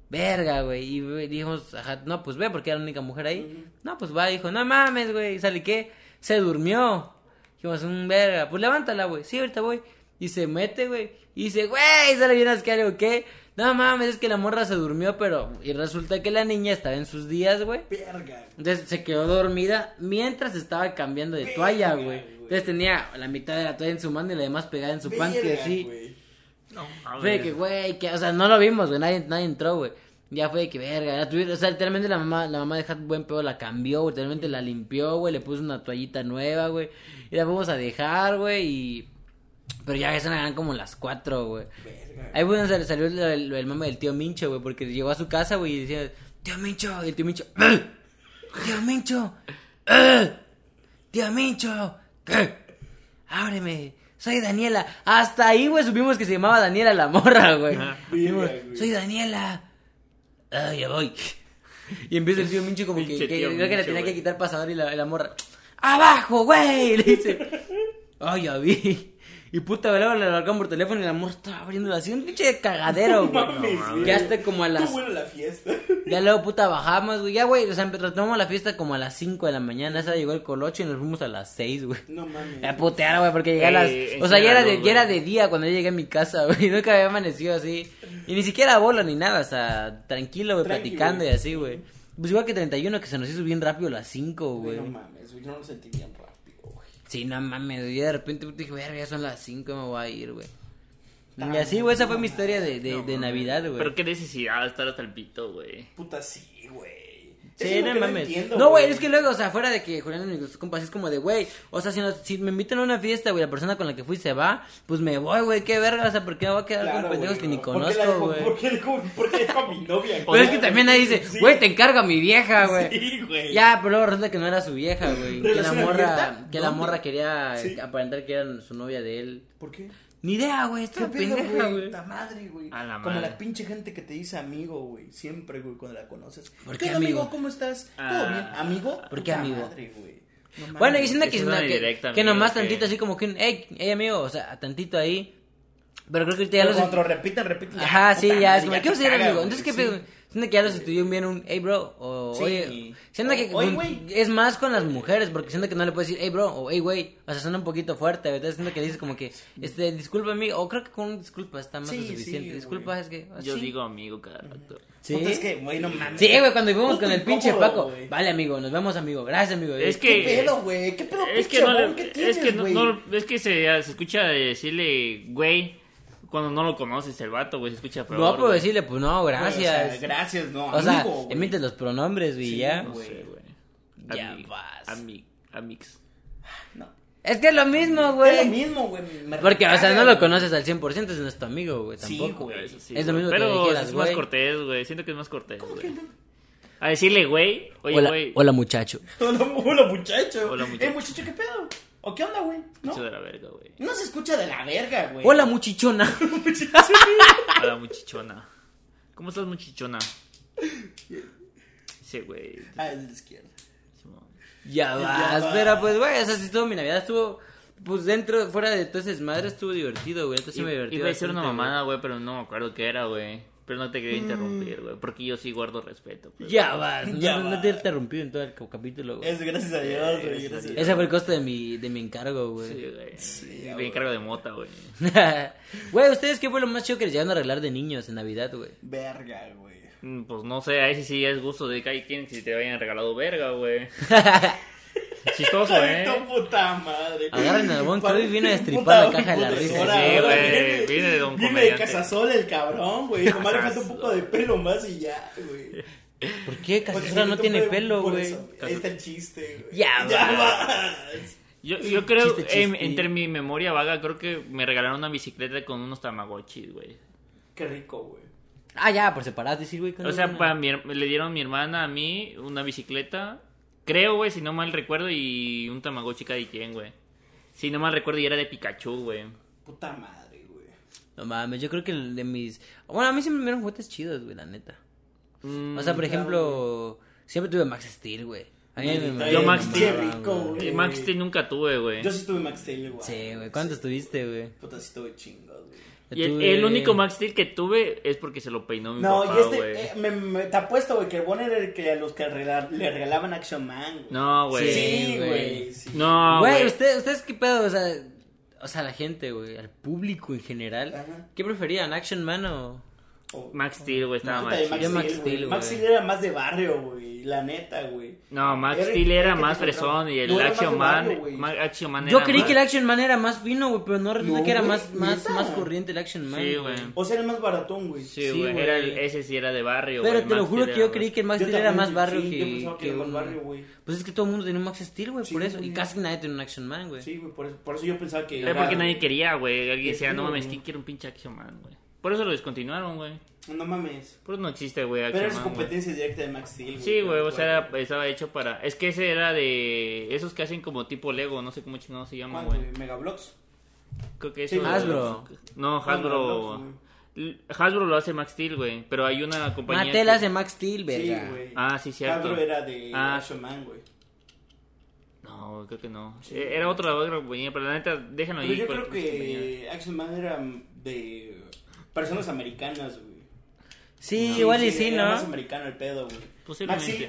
Speaker 1: verga, güey. Y güey, dijimos, ajá, no, pues ve, porque era la única mujer ahí. No, pues va, dijo, no mames, güey. Y sale que se durmió. Dijimos, un verga, pues levántala, güey. Sí, ahorita voy. Y se mete, güey. Y dice, güey, sale bien asqueado, ¿o ¿qué? No mames, es que la morra se durmió, pero. Y resulta que la niña estaba en sus días, güey.
Speaker 4: Verga.
Speaker 1: Entonces se quedó dormida mientras estaba cambiando de toalla, güey.
Speaker 4: güey.
Speaker 1: Entonces tenía la mitad de la toalla en su mano y la demás pegada en su
Speaker 4: Verga,
Speaker 1: panty, así.
Speaker 4: güey.
Speaker 3: No,
Speaker 1: Fue de que, güey, que, o sea, no lo vimos, güey, nadie, nadie entró, güey. Ya fue de que, verga, ya tuvieron- o sea, literalmente la mamá, la mamá de Hat Buen Pedo la cambió, güey, literalmente la limpió, güey, le puso una toallita nueva, güey, y la fuimos a dejar, güey, y... Pero ya eso eran como las cuatro, güey.
Speaker 4: Verga.
Speaker 1: Ahí fue donde sal- salió el, el, el mame del tío Mincho, güey, porque llegó a su casa, güey, y decía, tío Mincho, y el tío Mincho, "Ugh, tío Mincho, ugh, tío Mincho, ¿qué? ábreme, soy Daniela. Hasta ahí, güey, supimos que se llamaba Daniela la morra, güey. Dijimos,
Speaker 4: Verga, güey.
Speaker 1: soy Daniela. Ah, ya voy. Y empieza el tío Mincho como que,
Speaker 3: Pinche
Speaker 1: que-
Speaker 3: tío
Speaker 1: creo que le
Speaker 3: Mincho,
Speaker 1: tenía que
Speaker 3: güey.
Speaker 1: quitar pasador y la, la morra, abajo, güey, le dice. Ay, ya vi. Y puta, güey, luego le marcaron por teléfono y la morra estaba abriéndola así, un pinche cagadero, güey.
Speaker 4: Mames, güey.
Speaker 1: ya hasta como a las...
Speaker 4: Estuvo buena la fiesta.
Speaker 1: Ya luego, puta, bajamos, güey. Ya, güey, o sea, retomamos la fiesta como a las 5 de la mañana. Esa llegó el colocho y nos fuimos a las 6, güey.
Speaker 4: No mames.
Speaker 1: La putearon, güey, porque llegué a las...
Speaker 3: Eh,
Speaker 1: O sea, ya era, de,
Speaker 3: enséñalo,
Speaker 1: ya era
Speaker 3: güey.
Speaker 1: de día cuando yo llegué a mi casa, güey. Nunca había amanecido así. Y ni siquiera bola ni nada, o sea, tranquilo, güey,
Speaker 4: Tranqui,
Speaker 1: platicando y
Speaker 4: güey.
Speaker 1: así, güey. Pues igual que 31, que se nos hizo bien rápido las 5, güey.
Speaker 4: Güey, No mames, güey. Yo no lo sentí bien rápido, güey.
Speaker 1: Sí, no mames, güey. de repente dije, verga, ya son las 5, me voy a ir, güey. Y así, güey, esa fue mi historia de, de, de Navidad, güey.
Speaker 3: Pero qué necesidad de estar hasta el pito, güey.
Speaker 4: Puta, sí, güey. Eso
Speaker 1: Sí,
Speaker 4: es lo
Speaker 1: no
Speaker 4: que
Speaker 1: mames.
Speaker 4: entiendo,
Speaker 1: No, güey, es que luego, o sea, fuera de que Julián y sus compas es como de, güey, o sea, si, nos- si me invitan a una fiesta, güey, la persona con la que fui se va, pues me voy, güey, qué verga, o sea, ¿por qué me voy a quedar
Speaker 4: Claro,
Speaker 1: con pendejos
Speaker 4: güey,
Speaker 1: que ni
Speaker 4: no. ¿Por qué
Speaker 1: conozco,
Speaker 4: la dejo-
Speaker 1: güey?
Speaker 4: ¿Por qué dejo- por qué dejo a mi novia?
Speaker 1: Pero es que también ahí dice,
Speaker 4: Sí.
Speaker 1: güey, te encargo a mi vieja, güey.
Speaker 4: Sí, güey.
Speaker 1: Ya, pero luego resulta que no era su vieja, güey. Que la
Speaker 4: ¿Relación
Speaker 1: morra,
Speaker 4: abierta?
Speaker 1: que la
Speaker 4: ¿Dónde?
Speaker 1: morra quería este,
Speaker 4: Sí.
Speaker 1: aparentar que era su novia de él.
Speaker 4: ¿Por qué?
Speaker 1: Ni idea, güey,
Speaker 4: ¿Qué
Speaker 1: esta
Speaker 4: pedo,
Speaker 1: pendeja,
Speaker 4: güey?
Speaker 1: güey.
Speaker 4: La madre, güey.
Speaker 3: A la
Speaker 4: Como
Speaker 3: madre.
Speaker 4: la pinche gente que te dice amigo, güey. Siempre, güey, cuando la conoces.
Speaker 1: ¿Por
Speaker 4: ¿Qué
Speaker 1: qué,
Speaker 4: onda, amigo?
Speaker 1: amigo?
Speaker 4: ¿Cómo estás? ¿Todo
Speaker 3: Ah.
Speaker 4: bien? ¿Amigo?
Speaker 1: ¿Por qué,
Speaker 4: Puta
Speaker 1: amigo?
Speaker 4: madre, güey. No mames.
Speaker 1: Bueno, diciendo que,
Speaker 3: Es una
Speaker 1: que-
Speaker 3: directa,
Speaker 1: que
Speaker 3: amigo,
Speaker 1: nomás
Speaker 3: que-
Speaker 1: tantito, así como que, un, hey, hey, amigo, o sea, tantito ahí. Pero creo que ahorita ya
Speaker 4: Pero
Speaker 1: los...
Speaker 4: cuando repiten, repiten.
Speaker 1: Ajá, sí,
Speaker 4: puta
Speaker 1: ya
Speaker 4: madre,
Speaker 1: es como,
Speaker 4: ya
Speaker 1: ¿qué
Speaker 4: te
Speaker 1: vas a decir,
Speaker 4: caga,
Speaker 1: amigo?
Speaker 4: güey,
Speaker 1: Entonces, ¿qué
Speaker 4: sí.
Speaker 1: pedo? Siendo que ya los estudió bien un, hey, bro, o,
Speaker 4: Sí.
Speaker 1: oye, siendo que,
Speaker 4: O, "Oye,
Speaker 1: con-
Speaker 4: güey".
Speaker 1: es más con las mujeres, porque siento que no le puedes decir, hey, bro, o hey, güey, o sea, suena un poquito fuerte, ¿verdad? Siento que le dices como que, este, disculpa, amigo, o creo que con un disculpa está más
Speaker 4: Sí,
Speaker 1: que
Speaker 4: sí,
Speaker 1: suficiente,
Speaker 4: güey.
Speaker 1: disculpa, es que, ah,
Speaker 3: Yo
Speaker 1: sí.
Speaker 3: digo amigo cada rato.
Speaker 1: sí.
Speaker 4: Puta, es que, güey, no mames.
Speaker 1: Sí, güey, cuando fuimos
Speaker 4: Puta
Speaker 1: con el
Speaker 4: incómodo,
Speaker 1: pinche Paco.
Speaker 4: güey.
Speaker 1: Vale, amigo, nos vemos, amigo. Gracias, amigo.
Speaker 3: Es
Speaker 4: ¿Qué
Speaker 3: que-
Speaker 4: pedo, güey? ¿Qué pedo,
Speaker 3: Es que
Speaker 4: pinche
Speaker 3: no le-
Speaker 4: amor que
Speaker 3: es que
Speaker 4: tienes,
Speaker 3: no,
Speaker 4: güey?
Speaker 3: no- es que se, se escucha decirle güey cuando no lo conoces el vato, güey, se escucha peor.
Speaker 1: No, pero
Speaker 3: güey.
Speaker 1: decirle, pues no,
Speaker 4: Güey, o sea,
Speaker 1: gracias.
Speaker 4: gracias, no.
Speaker 1: O sea,
Speaker 4: amigo, güey.
Speaker 1: emite los pronombres, güey,
Speaker 4: Sí,
Speaker 1: ya.
Speaker 4: güey.
Speaker 3: No sé, güey.
Speaker 1: Ya
Speaker 3: Ami-
Speaker 1: vas.
Speaker 3: ami- amix.
Speaker 4: No.
Speaker 1: Es que es lo mismo,
Speaker 4: Es lo
Speaker 1: güey.
Speaker 4: mismo, güey. me
Speaker 1: Porque, o sea,
Speaker 4: recaga,
Speaker 1: no lo
Speaker 4: güey.
Speaker 1: conoces al 100%, es nuestro amigo, güey,
Speaker 4: Sí,
Speaker 1: tampoco.
Speaker 4: güey.
Speaker 3: Eso sí,
Speaker 1: Es lo
Speaker 3: güey.
Speaker 1: mismo que
Speaker 3: Pero
Speaker 1: dijeras,
Speaker 3: es más
Speaker 1: güey.
Speaker 3: cortés, güey. Siento que es más cortés, güey. A decirle, güey. Oye,
Speaker 1: hola,
Speaker 3: güey.
Speaker 1: hola, muchacho.
Speaker 4: Hola, hola, muchacho.
Speaker 3: Hola, muchacho.
Speaker 4: Eh, muchacho, ¿qué pedo? ¿O qué onda, güey? ¿No?
Speaker 3: Mucho de la verga, güey.
Speaker 4: no se escucha de la verga, güey.
Speaker 1: Hola, muchichona.
Speaker 3: Hola, muchichona. ¿Cómo estás, muchichona? Sí, güey.
Speaker 4: Ah, es de la izquierda.
Speaker 3: Simón.
Speaker 1: ya vas.
Speaker 4: vas.
Speaker 1: Pero, pues, güey, o sea, si estuvo mi Navidad, estuvo. Pues dentro, fuera de todo ese desmadre, estuvo divertido, güey. Entonces me divertí.
Speaker 3: Iba a decir una
Speaker 1: bastante,
Speaker 3: mamada, güey, pero no me acuerdo qué era, güey. Pero no te quería interrumpir, güey. Porque yo sí guardo respeto.
Speaker 1: güey.
Speaker 3: pues.
Speaker 1: Ya vas. No,
Speaker 4: Ya
Speaker 1: no
Speaker 4: vas.
Speaker 1: te he interrumpido en todo el cap- capítulo, güey.
Speaker 4: Es gracias a Dios, güey.
Speaker 3: Sí,
Speaker 4: Gracias a Dios.
Speaker 1: Ese fue el costo de mi, de mi encargo, güey.
Speaker 3: Sí, güey. me encargo de mota, güey.
Speaker 1: Güey, ¿ustedes qué fue lo más chido que les llegaron a arreglar de niños en Navidad, güey?
Speaker 4: Verga, güey.
Speaker 3: Mm, Pues no sé, ahí sí, sí es gusto de cada quien si te hayan regalado verga, güey. Chistoso,
Speaker 4: Ay,
Speaker 3: ¿eh?
Speaker 4: tu puta madre.
Speaker 1: Agarren al buen
Speaker 4: Para-
Speaker 1: Kirby y viene a destripar
Speaker 4: puta,
Speaker 1: la caja de la
Speaker 4: puta,
Speaker 1: risa.
Speaker 4: ahora,
Speaker 3: Sí,
Speaker 4: ahora
Speaker 3: güey, viene de don
Speaker 4: Viene de
Speaker 3: comediante.
Speaker 4: Casasol el cabrón, güey. Nomás le falta un
Speaker 3: Casasol.
Speaker 4: poco de pelo más y ya, güey.
Speaker 1: ¿Por qué
Speaker 4: Porque
Speaker 1: Casasola
Speaker 4: si
Speaker 1: no
Speaker 4: te
Speaker 1: tiene
Speaker 4: puede-
Speaker 1: pelo,
Speaker 4: por
Speaker 1: güey?
Speaker 4: eso, Ahí está el chiste, güey.
Speaker 1: Ya vas.
Speaker 4: vas.
Speaker 3: Yo, yo creo,
Speaker 1: Chiste, chiste.
Speaker 3: em, entre mi memoria vaga, creo que me regalaron una bicicleta con unos tamagotchis, güey.
Speaker 4: Qué rico, güey.
Speaker 1: Ah, ya, por separado, decir, güey. con
Speaker 3: O sea,
Speaker 1: una-
Speaker 3: para mi her- le dieron mi hermana a mí una bicicleta, creo, güey, si no mal recuerdo, y un tamagotchi cada quien, güey. Si no mal recuerdo, y era de Pikachu, güey.
Speaker 4: Puta madre, güey.
Speaker 1: No mames, yo creo que el de mis... Bueno, a mí siempre me dieron juguetes chidos, güey, la neta.
Speaker 3: Mm,
Speaker 1: O sea, por ejemplo, siempre tuve Max Steel, güey. A mí me-
Speaker 4: Maldita
Speaker 1: me
Speaker 3: Yo
Speaker 1: mamaban,
Speaker 3: Max Steel.
Speaker 1: güey.
Speaker 4: Qué rico, güey.
Speaker 3: Eh, Max Steel nunca tuve, güey.
Speaker 4: Yo sí tuve Max Taylor, güey.
Speaker 1: Sí, güey, ¿cuántos tuviste, güey?
Speaker 4: Puta, sí tuve chingos, güey.
Speaker 1: Yo
Speaker 3: Y el,
Speaker 1: tuve-
Speaker 3: el único Max Steel que tuve es porque se lo peinó mi
Speaker 4: No,
Speaker 3: papá,
Speaker 4: y este,
Speaker 3: güey.
Speaker 4: eh, me, me, te apuesto, güey, que el Bonner era el que a los que regala- le regalaban Action Man, güey.
Speaker 3: No, güey.
Speaker 4: Sí,
Speaker 1: Sí, güey.
Speaker 4: güey. sí.
Speaker 3: No,
Speaker 1: Güey,
Speaker 3: güey.
Speaker 1: ¿ustedes, ¿ustedes qué pedo? O sea, o sea, la gente, güey, al público en general.
Speaker 4: Ajá.
Speaker 1: ¿Qué preferían, Action Man o...?
Speaker 4: O-
Speaker 3: Max Steel, güey, estaba
Speaker 4: Oh, Puta,
Speaker 3: más
Speaker 4: de
Speaker 3: chido.
Speaker 1: Yo Max
Speaker 4: Max Steel,
Speaker 1: Steel,
Speaker 4: güey. Max
Speaker 1: güey.
Speaker 4: Steel era más de barrio, güey. La neta, güey.
Speaker 3: No, Max
Speaker 4: Era el-
Speaker 3: Steel
Speaker 4: era
Speaker 3: era
Speaker 4: el que
Speaker 3: más
Speaker 4: te encontraba.
Speaker 3: fresón y el
Speaker 4: No, era más de
Speaker 3: Action,
Speaker 4: barrio,
Speaker 3: Man,
Speaker 4: güey.
Speaker 3: Ma- Action Man
Speaker 1: Yo
Speaker 3: era
Speaker 1: creí
Speaker 3: más-
Speaker 1: que el Action Man era más fino, güey, pero no resulta
Speaker 4: No,
Speaker 1: que era
Speaker 4: güey,
Speaker 1: más, más,
Speaker 4: neta.
Speaker 1: más corriente el Action Man.
Speaker 3: Sí, güey.
Speaker 4: O sea, era más baratón, güey.
Speaker 3: Sí,
Speaker 1: Sí,
Speaker 3: güey.
Speaker 1: güey.
Speaker 3: era el- ese sí era de barrio,
Speaker 1: Pero
Speaker 3: güey,
Speaker 1: te lo
Speaker 3: Max
Speaker 1: juro
Speaker 3: Steel
Speaker 1: que
Speaker 3: era
Speaker 1: yo creí
Speaker 3: más-
Speaker 1: que el Max
Speaker 4: Yo
Speaker 1: Steel era
Speaker 4: también,
Speaker 1: más barrio
Speaker 4: sí,
Speaker 1: que,
Speaker 4: yo pensaba que
Speaker 1: que
Speaker 4: era más
Speaker 1: un-
Speaker 4: barrio, güey.
Speaker 1: Pues es que todo el mundo tenía un Max Steel, güey,
Speaker 4: Sí,
Speaker 1: por eso.
Speaker 4: güey.
Speaker 1: Y casi nadie tenía un Action Man, güey.
Speaker 4: Sí, güey, por eso, por eso yo pensaba que.
Speaker 3: Era Eh, porque nadie quería, güey. Alguien decía,
Speaker 4: Sí,
Speaker 3: no mames,
Speaker 4: güey.
Speaker 3: ¿quién quiere un pinche Action Man, güey? Por eso lo descontinuaron, güey.
Speaker 4: No mames.
Speaker 3: Por eso no existe, güey,
Speaker 4: Pero
Speaker 3: Action
Speaker 4: era su
Speaker 3: Man. güey.
Speaker 4: competencia directa de Max Steel, güey.
Speaker 3: Sí, güey, o sea, era- estaba hecho para. Es que ese era de. Esos que hacen como tipo Lego, no sé cómo chingados se llama,
Speaker 4: ¿Cuál,
Speaker 3: güey.
Speaker 4: güey? Megablocks.
Speaker 3: Creo que
Speaker 4: Sí,
Speaker 3: eso.
Speaker 1: Hasbro.
Speaker 3: No, Hasbro.
Speaker 4: Hasbro,
Speaker 3: L- Hasbro lo hace Max Steel, güey. Pero hay una compañía.
Speaker 1: Mattel
Speaker 3: que-
Speaker 1: hace Max Steel,
Speaker 4: Sí,
Speaker 1: verga.
Speaker 4: güey.
Speaker 3: Ah, sí, cierto.
Speaker 4: Hasbro era de
Speaker 3: Ah.
Speaker 4: Action Man, güey.
Speaker 3: No, güey, creo que no. Eh, Era otra, otra compañía, pero la neta, déjenlo
Speaker 4: Pero
Speaker 3: ahí.
Speaker 4: yo
Speaker 3: cuál-
Speaker 4: creo
Speaker 3: cuál compañía.
Speaker 4: que Action Man era de personas americanas, güey.
Speaker 1: Sí, igual y sí,
Speaker 4: Era más
Speaker 1: ¿no?
Speaker 4: americano el pedo, güey.
Speaker 3: Posiblemente.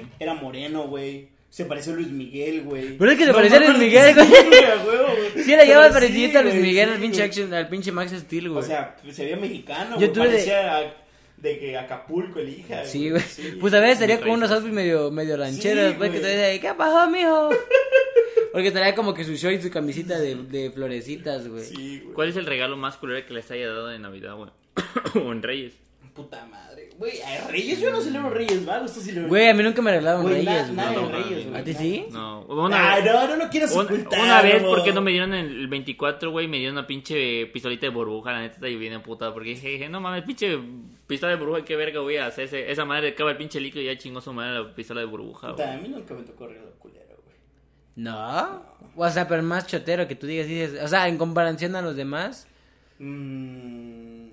Speaker 4: Maxi era moreno, güey. Se pareció a Luis Miguel, güey.
Speaker 1: Pero es que se
Speaker 4: No
Speaker 1: parecía a
Speaker 4: mames,
Speaker 1: Luis Miguel, güey.
Speaker 4: sí, a huevo, güey.
Speaker 1: Sí, era ya
Speaker 4: Pero
Speaker 1: más parecidita a Luis
Speaker 4: güey,
Speaker 1: Miguel
Speaker 4: sí,
Speaker 1: al pinche
Speaker 4: güey.
Speaker 1: Action, al pinche Max Steel,
Speaker 4: O
Speaker 1: güey.
Speaker 4: sea, pues, se veía mexicano,
Speaker 1: Yo
Speaker 4: güey.
Speaker 1: tuve de-
Speaker 4: Parecía a- de que Acapulco elija.
Speaker 1: Sí, güey. Pues a veces sería
Speaker 3: Muy
Speaker 1: como unos
Speaker 3: raíces.
Speaker 1: outfits medio, medio rancheros,
Speaker 4: Sí,
Speaker 1: güey, que
Speaker 4: güey.
Speaker 1: te dice, ¿qué pasó, mijo? Porque traía como que su short y su camisita de, de florecitas, güey.
Speaker 4: Sí, güey.
Speaker 3: ¿Cuál es el regalo más culero que les haya dado en Navidad, güey? o en Reyes.
Speaker 4: Puta madre. Güey, ay, Reyes, yo no celebro Reyes Magos, tú celebras.
Speaker 1: Güey, a mí nunca me regalaron
Speaker 4: Güey, na-
Speaker 1: reyes,
Speaker 4: nada
Speaker 1: güey.
Speaker 4: de Reyes, güey.
Speaker 1: ¿A ti sí?
Speaker 3: No, una
Speaker 4: Ay,
Speaker 3: vez.
Speaker 4: Ah, no, no, no quieras
Speaker 3: un-
Speaker 4: ocultar.
Speaker 3: una vez,
Speaker 4: güey.
Speaker 3: ¿por qué no me dieron el el 24, güey? Me dieron una pinche pistolita de burbuja, la neta, yo bien emputado. Porque dije, dije, no mames, pinche pistola de burbuja, qué verga voy a hacer. Ese- Esa madre acaba el pinche líquido y ya chingó su madre la pistola de burbuja,
Speaker 4: Puta, a
Speaker 3: güey.
Speaker 4: mí nunca me tocó regalo culero, güey.
Speaker 1: No. O sea, pero más chotero que tú digas, dices, o sea, en comparación a los demás.
Speaker 4: Mm.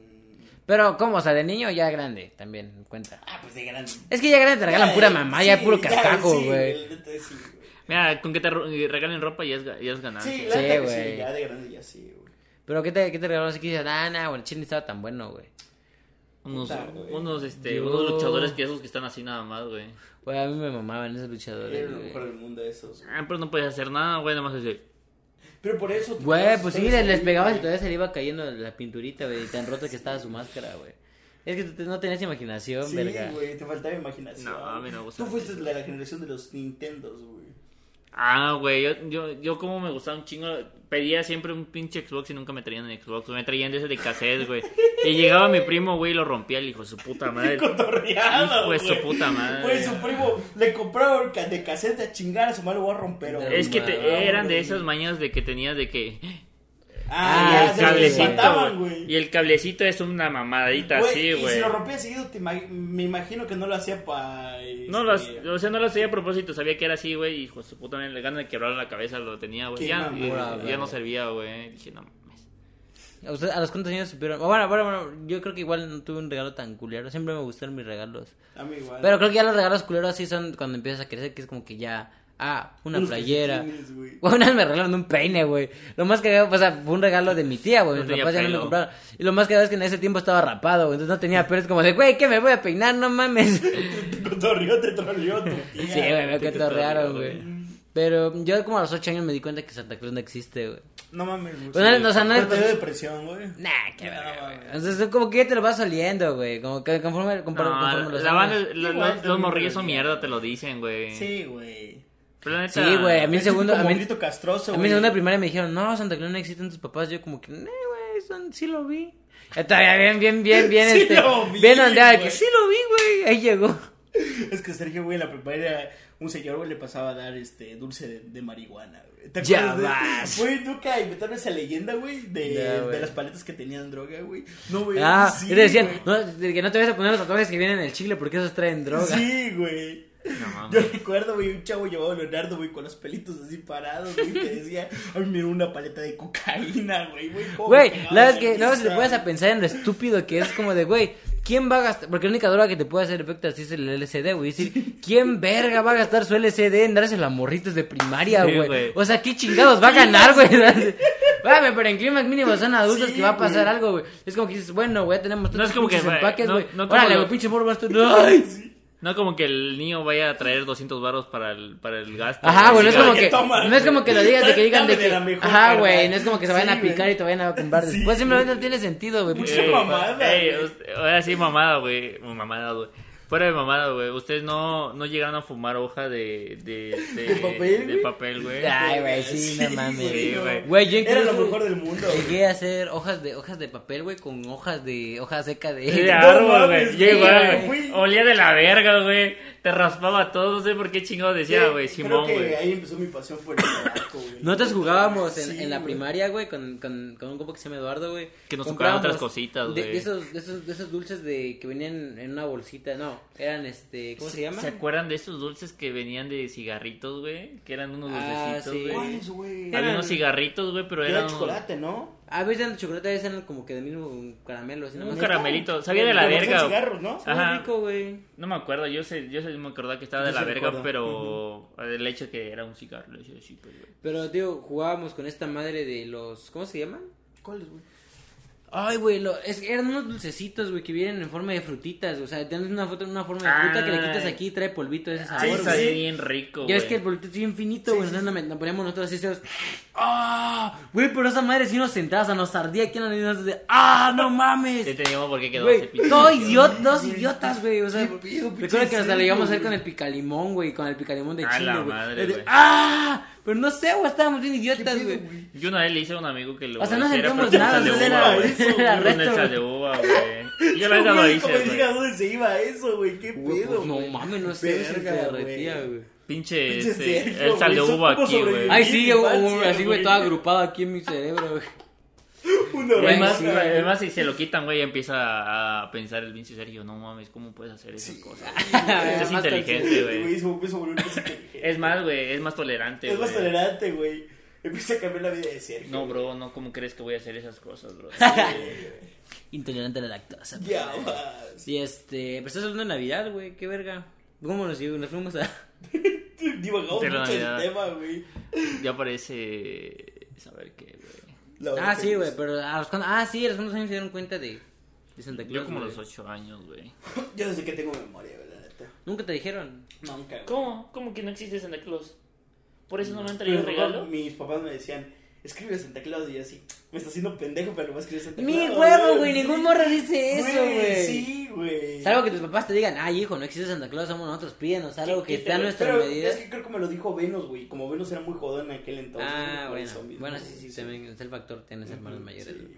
Speaker 1: Pero, ¿cómo? O sea, de niño o ya grande, también, cuenta.
Speaker 4: Ah, pues de grande.
Speaker 1: Es que ya grande te regalan
Speaker 4: Ya,
Speaker 1: pura
Speaker 4: eh,
Speaker 1: mamá,
Speaker 4: sí,
Speaker 1: ya puro
Speaker 4: ya,
Speaker 1: cascajo,
Speaker 4: sí,
Speaker 1: güey.
Speaker 4: neta, Sí, güey.
Speaker 3: Mira, con que te ro- regalen ropa ya es, ga- ya es ganancia.
Speaker 4: Sí,
Speaker 1: Ah, Sí,
Speaker 4: la neta que sí,
Speaker 1: güey.
Speaker 4: ya de grande ya sí, güey.
Speaker 1: Pero, ¿qué te, qué te regalaron así que dices, ah, nah, güey, el chile no estaba tan bueno, güey?
Speaker 3: Unos,
Speaker 4: Puta, güey.
Speaker 3: unos, este,
Speaker 1: Yo-
Speaker 3: unos luchadores que esos que están así nada más, güey.
Speaker 1: Güey, a mí me mamaban esos
Speaker 4: Era
Speaker 1: luchadores,
Speaker 4: lo mejor
Speaker 1: güey.
Speaker 4: del mundo esos. güey.
Speaker 3: Ah, pero no puedes hacer nada, güey, nada más así.
Speaker 4: Pero por eso. tú
Speaker 1: Güey,
Speaker 4: puedes
Speaker 1: pues sí,
Speaker 4: hacer
Speaker 1: les,
Speaker 4: eso,
Speaker 1: les pegabas y
Speaker 4: güey.
Speaker 1: todavía se le iba cayendo la pinturita, güey, y tan rota que estaba su máscara, güey. Es que tú te- no tenías imaginación,
Speaker 4: Sí,
Speaker 1: verga.
Speaker 4: güey, te faltaba imaginación.
Speaker 3: No, a mí no me gusta.
Speaker 4: Tú fuiste la generación de los Nintendos, güey.
Speaker 3: Ah, güey, yo, yo, yo como me gustaba un chingo, pedía siempre un pinche Xbox y nunca me traían en Xbox, me traían de ese de cassette, güey. Y llegaba mi primo, güey, y lo rompía el hijo de su puta madre.
Speaker 4: Cotorreado,
Speaker 3: Hijo de su puta madre.
Speaker 4: Güey, su primo le compraba el ca- de cassette a chingar a su madre, lo voy a romper, güey.
Speaker 3: Es que te-
Speaker 1: Mamá,
Speaker 3: eran de
Speaker 4: güey.
Speaker 3: esas mañas de que tenías de que...
Speaker 1: Ah, el
Speaker 4: Ah, ya, de los que
Speaker 1: cablecito,
Speaker 4: mataban,
Speaker 3: güey.
Speaker 4: güey.
Speaker 3: Y el cablecito es una mamadita así,
Speaker 4: Y si
Speaker 3: güey.
Speaker 4: lo rompía seguido, te imag- me imagino que no lo hacía este, para...
Speaker 3: No lo, hac- o sea, no lo hacía a propósito, sabía que era así, güey, y hijo de su puta madre, le ganas de quebrar la cabeza lo tenía, güey.
Speaker 4: Qué
Speaker 3: Ya,
Speaker 4: mamada,
Speaker 3: ya- ya
Speaker 1: güey.
Speaker 3: no servía, güey. Dije, no mames.
Speaker 1: ¿A, usted- a los cuántos años supieron? Bueno, bueno, bueno, yo creo que igual no tuve un regalo tan culero. Siempre me gustaron mis regalos.
Speaker 4: A mí igual.
Speaker 1: Pero creo que ya los regalos culeros así son cuando empiezas a crecer, que es como que ya. Ah, una
Speaker 4: Unos
Speaker 1: playera.
Speaker 4: calcetines, güey.
Speaker 1: Güey, Una vez me regalaron un peine, güey. Lo más que o sea, fue un regalo de mi tía, güey.
Speaker 3: No
Speaker 1: Mis
Speaker 3: tenía
Speaker 1: papás ya no me
Speaker 3: pelo.
Speaker 1: compraron. Y lo más que es que en ese tiempo estaba rapado, güey. Entonces no tenía pelo. Es como de, güey, ¿qué me voy a peinar? No mames.
Speaker 4: Te cotorreó, te troleó tu tía.
Speaker 1: Sí, güey, me
Speaker 3: te
Speaker 1: cotorrearon,
Speaker 3: cotorrearon,
Speaker 1: güey. Pero yo como a los 8 años me di cuenta que Santa Cruz no existe, güey.
Speaker 4: No mames, güey.
Speaker 1: Pues no, no, o sea, no es-
Speaker 4: Pero te dio depresión, güey.
Speaker 1: Nah, qué verga,
Speaker 4: mames.
Speaker 1: güey. Entonces es como que ya te lo vas oliendo, güey. Como que conforme,
Speaker 3: No,
Speaker 1: conforme, conforme los
Speaker 3: la
Speaker 1: años.
Speaker 3: banda, la-
Speaker 4: Igual,
Speaker 3: los, los
Speaker 4: también
Speaker 3: morrillos son
Speaker 4: debería.
Speaker 3: mierda, te lo dicen, güey.
Speaker 4: Sí, güey.
Speaker 3: Pero la neta-
Speaker 1: Sí, güey, a mí en
Speaker 4: Es
Speaker 1: segundo, a
Speaker 4: como
Speaker 1: mí,
Speaker 4: grito
Speaker 1: a
Speaker 4: castroso,
Speaker 1: mí en
Speaker 4: güey.
Speaker 1: segunda primaria me dijeron, no, Santa Claus no existen tus papás. Yo como que, no, güey, son- sí lo vi. Todavía bien, bien, bien, bien,
Speaker 4: Sí
Speaker 1: este,
Speaker 4: lo vi,
Speaker 1: bien ondeada, de que
Speaker 4: güey.
Speaker 1: sí lo vi, güey, ahí llegó.
Speaker 4: Es que Sergio, güey, en la primaria, un señor, güey, le pasaba a dar este dulce de, de marihuana, güey. ¿Te
Speaker 1: Ya
Speaker 4: acuerdas de-
Speaker 1: vas.
Speaker 4: Güey, nunca inventaron esa leyenda, güey, de,
Speaker 1: Ya, güey.
Speaker 4: de las paletas que tenían droga, güey. No, güey.
Speaker 1: Ah,
Speaker 4: sí,
Speaker 1: y le decían,
Speaker 4: güey.
Speaker 1: no, de que no te vayas a poner los tatuajes que vienen en el chicle porque esos traen droga.
Speaker 4: Sí, güey.
Speaker 3: No mames.
Speaker 4: Yo recuerdo, güey, un chavo llamado Leonardo, güey, con los pelitos así parados, güey, que decía, a mí me dio una paleta de cocaína, güey, güey. cómo me
Speaker 1: Güey,
Speaker 4: pegaba
Speaker 1: la verdad es
Speaker 4: de
Speaker 1: que no si te
Speaker 4: risa,
Speaker 1: puedes a
Speaker 4: güey.
Speaker 1: pensar en lo estúpido que es como de, güey, ¿quién va a gastar? Porque la única droga que te puede hacer efecto así es el LCD, güey. Es decir, ¿quién verga va a gastar su LCD en darse las morritas de primaria,
Speaker 3: Sí,
Speaker 1: güey?
Speaker 3: güey.
Speaker 1: o sea, ¿qué chingados va a ganar, güey? Güey, pero en climas mínimos son adultos
Speaker 4: Sí,
Speaker 1: que va a pasar
Speaker 4: güey.
Speaker 1: algo, güey. Es como que dices, bueno, güey, ya tenemos
Speaker 3: No es
Speaker 1: tantos
Speaker 3: como que,
Speaker 1: pinches
Speaker 3: güey,
Speaker 1: empaques,
Speaker 3: no-
Speaker 1: güey.
Speaker 3: no como
Speaker 1: Órale,
Speaker 3: lo-
Speaker 1: güey, pinche morro, vas tú. ¡Ay!
Speaker 3: No como que el niño vaya a traer 200 varos para el, para el gasto.
Speaker 1: Ajá, güey, no es
Speaker 3: Sí,
Speaker 1: como
Speaker 4: que
Speaker 1: que,
Speaker 4: toman,
Speaker 1: no es como que lo digas de que
Speaker 4: güey.
Speaker 1: digan de
Speaker 4: Dame de
Speaker 1: que,
Speaker 4: la mejor
Speaker 1: ajá,
Speaker 4: carnal.
Speaker 1: güey, no es como que se vayan
Speaker 4: Sí,
Speaker 1: a picar
Speaker 4: güey.
Speaker 1: y te vayan a comprar
Speaker 4: Sí,
Speaker 1: después, simplemente
Speaker 4: güey.
Speaker 1: no tiene sentido, güey,
Speaker 4: Mucha
Speaker 1: pinche
Speaker 3: Eh,
Speaker 4: mamada,
Speaker 3: eh,
Speaker 4: güey.
Speaker 3: usted- ahora sí, mamada, güey. Mamada, güey. Fuera de mamada, güey. Ustedes no, no llegaron a fumar hoja de. ¿De,
Speaker 4: ¿De papel,
Speaker 3: de
Speaker 4: güey? Ah,
Speaker 3: papel, güey.
Speaker 1: Ay, güey, sí, no mames.
Speaker 4: güey,
Speaker 3: güey.
Speaker 4: no.
Speaker 1: Güey, yo
Speaker 4: Era lo
Speaker 1: incluso-
Speaker 4: mejor del mundo, güey.
Speaker 1: Llegué a hacer hojas de hojas de papel, güey, con hojas de hoja seca de.
Speaker 3: Sí, de
Speaker 1: No,
Speaker 3: árbol,
Speaker 4: Eh, mames,
Speaker 3: güey. Yo
Speaker 1: sí,
Speaker 3: igual,
Speaker 4: güey.
Speaker 3: güey. Olía de la verga, güey. Te raspaba todo, no sé por qué chingado decía,
Speaker 4: Sí,
Speaker 3: güey.
Speaker 4: creo
Speaker 3: Simón,
Speaker 4: que
Speaker 3: güey.
Speaker 4: ahí empezó mi pasión por el tabaco, güey.
Speaker 1: Nosotros jugábamos en,
Speaker 4: Sí,
Speaker 1: en la
Speaker 4: güey.
Speaker 1: primaria, güey, con, con, con un grupo que se llama Eduardo, güey.
Speaker 3: Que nos
Speaker 1: Comprábamos
Speaker 3: tocaban otras cositas,
Speaker 1: de-
Speaker 3: güey.
Speaker 1: De esos, de, esos, de esos dulces de que venían en una bolsita, no, eran este, ¿cómo se llama?
Speaker 3: ¿Se acuerdan de esos dulces que venían de cigarritos, güey? Que eran unos
Speaker 1: Ah,
Speaker 3: dulcecitos,
Speaker 1: sí.
Speaker 3: güey.
Speaker 4: ¿Cuáles, güey?
Speaker 3: Había
Speaker 1: Eran-
Speaker 3: unos cigarritos, güey, pero
Speaker 4: Era
Speaker 3: eran.
Speaker 4: chocolate, ¿no?
Speaker 1: A veces eran de chocolate, a veces eran como que del mismo caramelo, así, ¿no?
Speaker 3: Un
Speaker 1: me
Speaker 3: caramelito. Sabía de la
Speaker 4: Como son
Speaker 3: verga. güey.
Speaker 4: cigarros, ¿no?
Speaker 1: Muy
Speaker 3: Ajá.
Speaker 1: rico, güey.
Speaker 3: No me acuerdo, yo sé, yo sé, me acordaba que estaba de
Speaker 4: Yo
Speaker 3: la
Speaker 4: sí
Speaker 3: verga,
Speaker 4: recuerdo.
Speaker 3: pero el hecho que era un cigarro, yo sí, pues, güey.
Speaker 1: Pero, tío, jugábamos con esta madre de los. ¿Cómo se llaman?
Speaker 4: ¿Cuáles, güey?
Speaker 1: Ay, güey, lo- es que eran unos dulcecitos, güey, que vienen en forma de frutitas. O sea, tienes una, foto, una forma de fruta que le quitas
Speaker 3: Ay.
Speaker 1: aquí y trae polvito de ese
Speaker 3: Ay,
Speaker 1: sabor,
Speaker 3: está
Speaker 1: güey.
Speaker 3: bien rico,
Speaker 1: Ya
Speaker 3: güey.
Speaker 1: es que el polvito es infinito, güey. Entonces nos- nos poníamos nosotros así, todos, ¡Ah! Güey, pero esa madre sí nos sentaba, o sea, nos ardía aquí en la nariz. nosotros de, ¡Ah! ¡No
Speaker 3: Sí
Speaker 1: mames!
Speaker 3: teníamos por qué quedarse
Speaker 1: Güey, todos idiot- dos idiotas, güey. O sea,
Speaker 4: Qué pedo,
Speaker 1: recuerdo que
Speaker 4: pinche
Speaker 1: hasta le íbamos a hacer
Speaker 4: serio,
Speaker 1: con el picalimón, güey. Con el picalimón de
Speaker 3: A
Speaker 1: Chile,
Speaker 3: la
Speaker 1: güey.
Speaker 3: madre,
Speaker 1: Era de,
Speaker 3: güey.
Speaker 1: ¡Ah! Pero no sé, güey, estábamos bien idiotas,
Speaker 4: pedo,
Speaker 1: güey.
Speaker 4: güey?
Speaker 3: Yo una vez le hice a un amigo que lo
Speaker 1: O sea, no
Speaker 3: hiciera,
Speaker 1: sentíamos
Speaker 3: pero
Speaker 1: nada,
Speaker 3: con
Speaker 1: o
Speaker 3: sal
Speaker 1: sea,
Speaker 3: de
Speaker 1: era-
Speaker 3: uva, güey.
Speaker 1: era
Speaker 3: Con
Speaker 1: resto,
Speaker 3: el sal de uva, güey. Yo la neta lo
Speaker 4: Güey, como
Speaker 3: hice,
Speaker 4: diga
Speaker 3: güey.
Speaker 4: dónde se iba eso, güey. Qué
Speaker 1: Güey, pues,
Speaker 4: pedo,
Speaker 1: no
Speaker 4: güey.
Speaker 1: mames, no sé, se
Speaker 4: Verga,
Speaker 1: derretía, güey.
Speaker 3: Pinche,
Speaker 4: Pinche
Speaker 3: este,
Speaker 4: Sergio,
Speaker 3: el sal de
Speaker 4: güey, son
Speaker 3: uva
Speaker 4: como
Speaker 3: aquí, güey.
Speaker 4: sobrevivientes.
Speaker 1: Ay, sí,
Speaker 4: Infancia,
Speaker 1: un- un- así, güey,
Speaker 4: güey.
Speaker 1: todo agrupado aquí en mi cerebro, güey. Güey,
Speaker 4: Una
Speaker 3: Es
Speaker 4: rata,
Speaker 3: más,
Speaker 1: sí,
Speaker 4: güey.
Speaker 3: es más, si se lo quitan, güey, empieza a pensar el pinche Sergio, no mames, ¿cómo puedes hacer esas cosas?
Speaker 1: Más
Speaker 3: es inteligente,
Speaker 1: consciente.
Speaker 3: güey.
Speaker 4: Güey, se volvió- se volvió más inteligente.
Speaker 3: Es más, güey, es más tolerante,
Speaker 4: Es más
Speaker 3: güey.
Speaker 4: tolerante, güey. Empieza a cambiar la vida de Sergio.
Speaker 3: No, bro, no, ¿cómo crees que voy a hacer esas cosas, bro?
Speaker 1: Intolerante a la lactosa.
Speaker 4: Ya vas.
Speaker 1: Y este, pues estás hablando de Navidad, güey, qué verga. ¿Cómo nos, nos fuimos a...?
Speaker 4: Divagamos
Speaker 3: De la
Speaker 4: mucho
Speaker 3: Navidad.
Speaker 4: el tema, güey.
Speaker 3: Ya parece saber qué, güey.
Speaker 4: La verdad
Speaker 1: Ah,
Speaker 4: que
Speaker 1: sí,
Speaker 4: no
Speaker 1: güey,
Speaker 4: sé.
Speaker 1: pero a los cuan- Ah, sí, a los cuantos años se dieron cuenta de, de Santa Claus,
Speaker 3: Yo como a
Speaker 1: güey.
Speaker 3: los ocho años, güey.
Speaker 4: pues, Yo desde que tengo memoria, güey, la neta.
Speaker 1: Nunca te dijeron.
Speaker 4: Nunca, güey.
Speaker 3: ¿Cómo? ¿Cómo que no existe Santa Claus? Por eso no me han
Speaker 4: Pero mi papá- mis papás me decían, escribe Santa Claus y yo así, me está haciendo pendejo, pero me escribe Santa Claus.
Speaker 1: Mi huevo, güey,
Speaker 4: sí.
Speaker 1: ningún morro dice eso, güey.
Speaker 4: Sí, güey.
Speaker 1: Salvo que tus papás te digan, ay, hijo, no existe Santa Claus, somos nosotros, pídenos algo que está a
Speaker 4: Pero
Speaker 1: nuestra medida.
Speaker 4: Es que creo que me lo dijo Venus, güey. Como Venus era muy jodón en aquel entonces.
Speaker 1: Ah,
Speaker 4: por
Speaker 1: bueno,
Speaker 4: eso mismo,
Speaker 1: bueno, sí, sí,
Speaker 4: güey.
Speaker 1: también está el factor, tienes hermanos mayores.
Speaker 4: Sí.
Speaker 1: güey.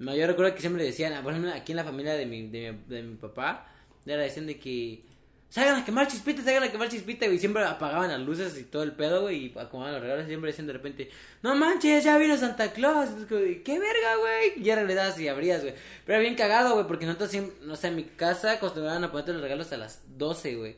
Speaker 1: No, yo recuerdo que siempre decían, ah, por ejemplo, aquí en la familia de mi, de mi, de mi papá, era decían de que salgan a quemar chispita, salgan a quemar chispita, güey, siempre apagaban las luces y todo el pedo, güey, y acomodaban los regalos, y siempre decían de repente, no manches, ya vino Santa Claus, Es como de, qué verga, güey, y ya regresabas y abrías, güey, pero era bien cagado, güey, porque nosotros siempre, no sé, en mi casa acostumbraban a ponerte los regalos a las 12, güey.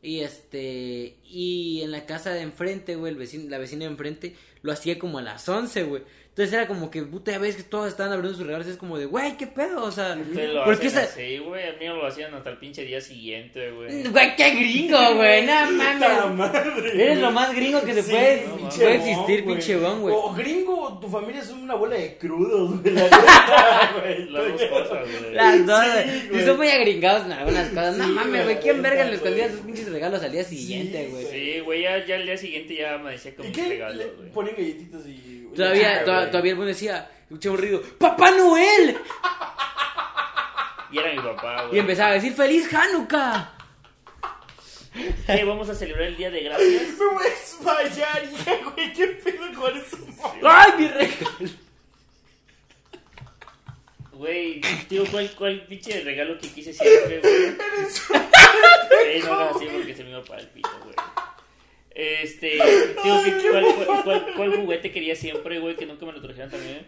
Speaker 1: Y este, y en la casa de enfrente, güey, el vecino, la vecina de enfrente lo hacía como a las 11, güey. Entonces era como que, puta, ya ves que todos estaban abriendo sus regalos, es como de, güey, qué pedo, o sea,
Speaker 3: Ustedes lo
Speaker 1: ¿por qué
Speaker 3: hacen
Speaker 1: esa-
Speaker 3: así, güey. El mío lo hacían hasta el pinche día siguiente, güey.
Speaker 1: Mm, Güey, qué gringo, güey, no
Speaker 4: ¡Puta
Speaker 1: mames.
Speaker 4: madre!
Speaker 1: Eres lo más gringo que se
Speaker 4: Sí,
Speaker 1: puede,
Speaker 4: no mames.
Speaker 1: puede existir,
Speaker 4: güey. Oh,
Speaker 1: pinche bon, güey.
Speaker 4: O gringo, tu familia es una bola de crudos, güey. la neta, güey.
Speaker 3: Las dos cosas, güey.
Speaker 1: Las dos,
Speaker 4: Sí,
Speaker 1: güey.
Speaker 4: güey.
Speaker 1: Y son muy agringados en algunas cosas. no
Speaker 4: Sí,
Speaker 1: mames,
Speaker 4: güey,
Speaker 1: güey, ¿quién verga
Speaker 4: neta,
Speaker 1: le escondía
Speaker 4: güey.
Speaker 1: sus pinches regalos al día siguiente,
Speaker 4: Sí,
Speaker 1: güey?
Speaker 3: Sí, güey, ya, ya el día siguiente ya amanecía con
Speaker 4: ¿Y
Speaker 3: mis
Speaker 4: qué?
Speaker 3: regalos,
Speaker 4: Le
Speaker 3: güey.
Speaker 4: ponen galletitas y...
Speaker 1: Todavía,
Speaker 4: Ah,
Speaker 1: to-
Speaker 4: güey.
Speaker 1: todavía el buen decía, escuchaba un ruido, ¡Papá Noel!
Speaker 3: Y era mi papá, güey.
Speaker 1: Y empezaba a decir, ¡Feliz Hanukkah!
Speaker 3: Sí, vamos a celebrar el Día de Gracias.
Speaker 4: Me voy a desmayar, hija, güey. ¿Qué pedo con eso?
Speaker 1: ¡Ay, mi regalo!
Speaker 3: Güey, tío, ¿cuál, cuál pinche regalo que quise siempre, güey? Eh, no hagas así porque se me iba para el pito, güey. Este, tío, ¿qué- cuál, cuál, cuál- cuál juguete quería siempre, güey? Que nunca me lo trajeran también.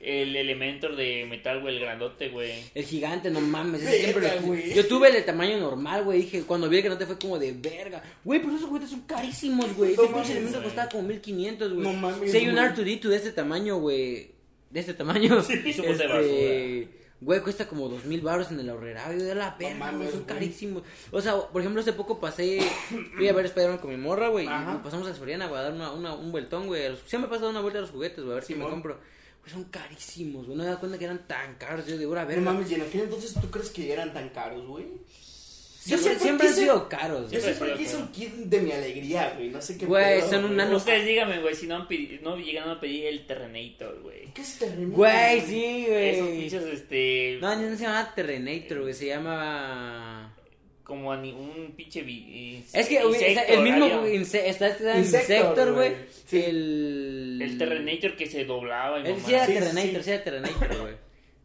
Speaker 3: El Elementor de metal, güey, el grandote, güey.
Speaker 1: El gigante, no mames. ese
Speaker 4: Verga,
Speaker 1: siempre lo-
Speaker 4: güey.
Speaker 1: Yo tuve el de tamaño normal, güey. Dije, cuando vi el grandote fue como de verga. Güey, pero esos juguetes son carísimos, güey. Ese
Speaker 4: No mames,
Speaker 1: pinche elemento
Speaker 3: güey.
Speaker 1: costaba como 1500, güey.
Speaker 4: No mames,
Speaker 1: Si hay un
Speaker 4: güey.
Speaker 1: R2D2 de este tamaño, güey. De este tamaño. este,
Speaker 3: Y su bote de basura.
Speaker 1: Güey, cuesta como 2000 baros en el ahorrerario. De la verga,
Speaker 4: mames,
Speaker 1: güey. Son
Speaker 4: güey.
Speaker 1: carísimos. O sea, por ejemplo, hace poco pasé. Fui a ver Spider-Man con mi morra, güey. Y
Speaker 4: Ajá.
Speaker 1: nos pasamos a Soriana, güey, a dar una, una- un vueltón, güey. a los- Siempre pasa una vuelta a los juguetes, güey. A ver si me
Speaker 4: Simón.
Speaker 1: compro. Güey, son carísimos, güey. No me daba cuenta que eran tan caros. Yo digo, ahora
Speaker 4: No
Speaker 1: verga.
Speaker 4: mames, ¿y en aquel entonces tú crees que eran tan caros, güey?
Speaker 1: Siempre, siempre han
Speaker 4: quise-
Speaker 1: sido caros.
Speaker 4: Yo
Speaker 1: güey.
Speaker 4: siempre quise un kit de mi alegría, güey. No sé qué
Speaker 1: Güey,
Speaker 4: pedo,
Speaker 1: son un
Speaker 4: güey.
Speaker 1: nano-
Speaker 3: Ustedes díganme, güey, si no, han pedi- no llegaron a pedir el Terrenator, güey.
Speaker 4: ¿Qué es terremoto?
Speaker 1: Güey, sí,
Speaker 3: Esos
Speaker 1: güey.
Speaker 3: pinches, este...
Speaker 1: No, no se llamaba Terrenator, güey. Se llamaba.
Speaker 3: Como ani- un pinche... vi- ins-
Speaker 1: Es que güey, está-
Speaker 3: insecto,
Speaker 1: el mismo.
Speaker 3: radio.
Speaker 1: güey, inse- Está está en
Speaker 4: Insector,
Speaker 1: Insector, güey.
Speaker 4: güey. Sí.
Speaker 1: El.
Speaker 3: El Terrenator que se doblaba y
Speaker 1: Él
Speaker 3: mamá.
Speaker 1: sí era
Speaker 4: Sí, sí,
Speaker 1: Terrenator,
Speaker 4: sí.
Speaker 1: sí era Terrenator, güey.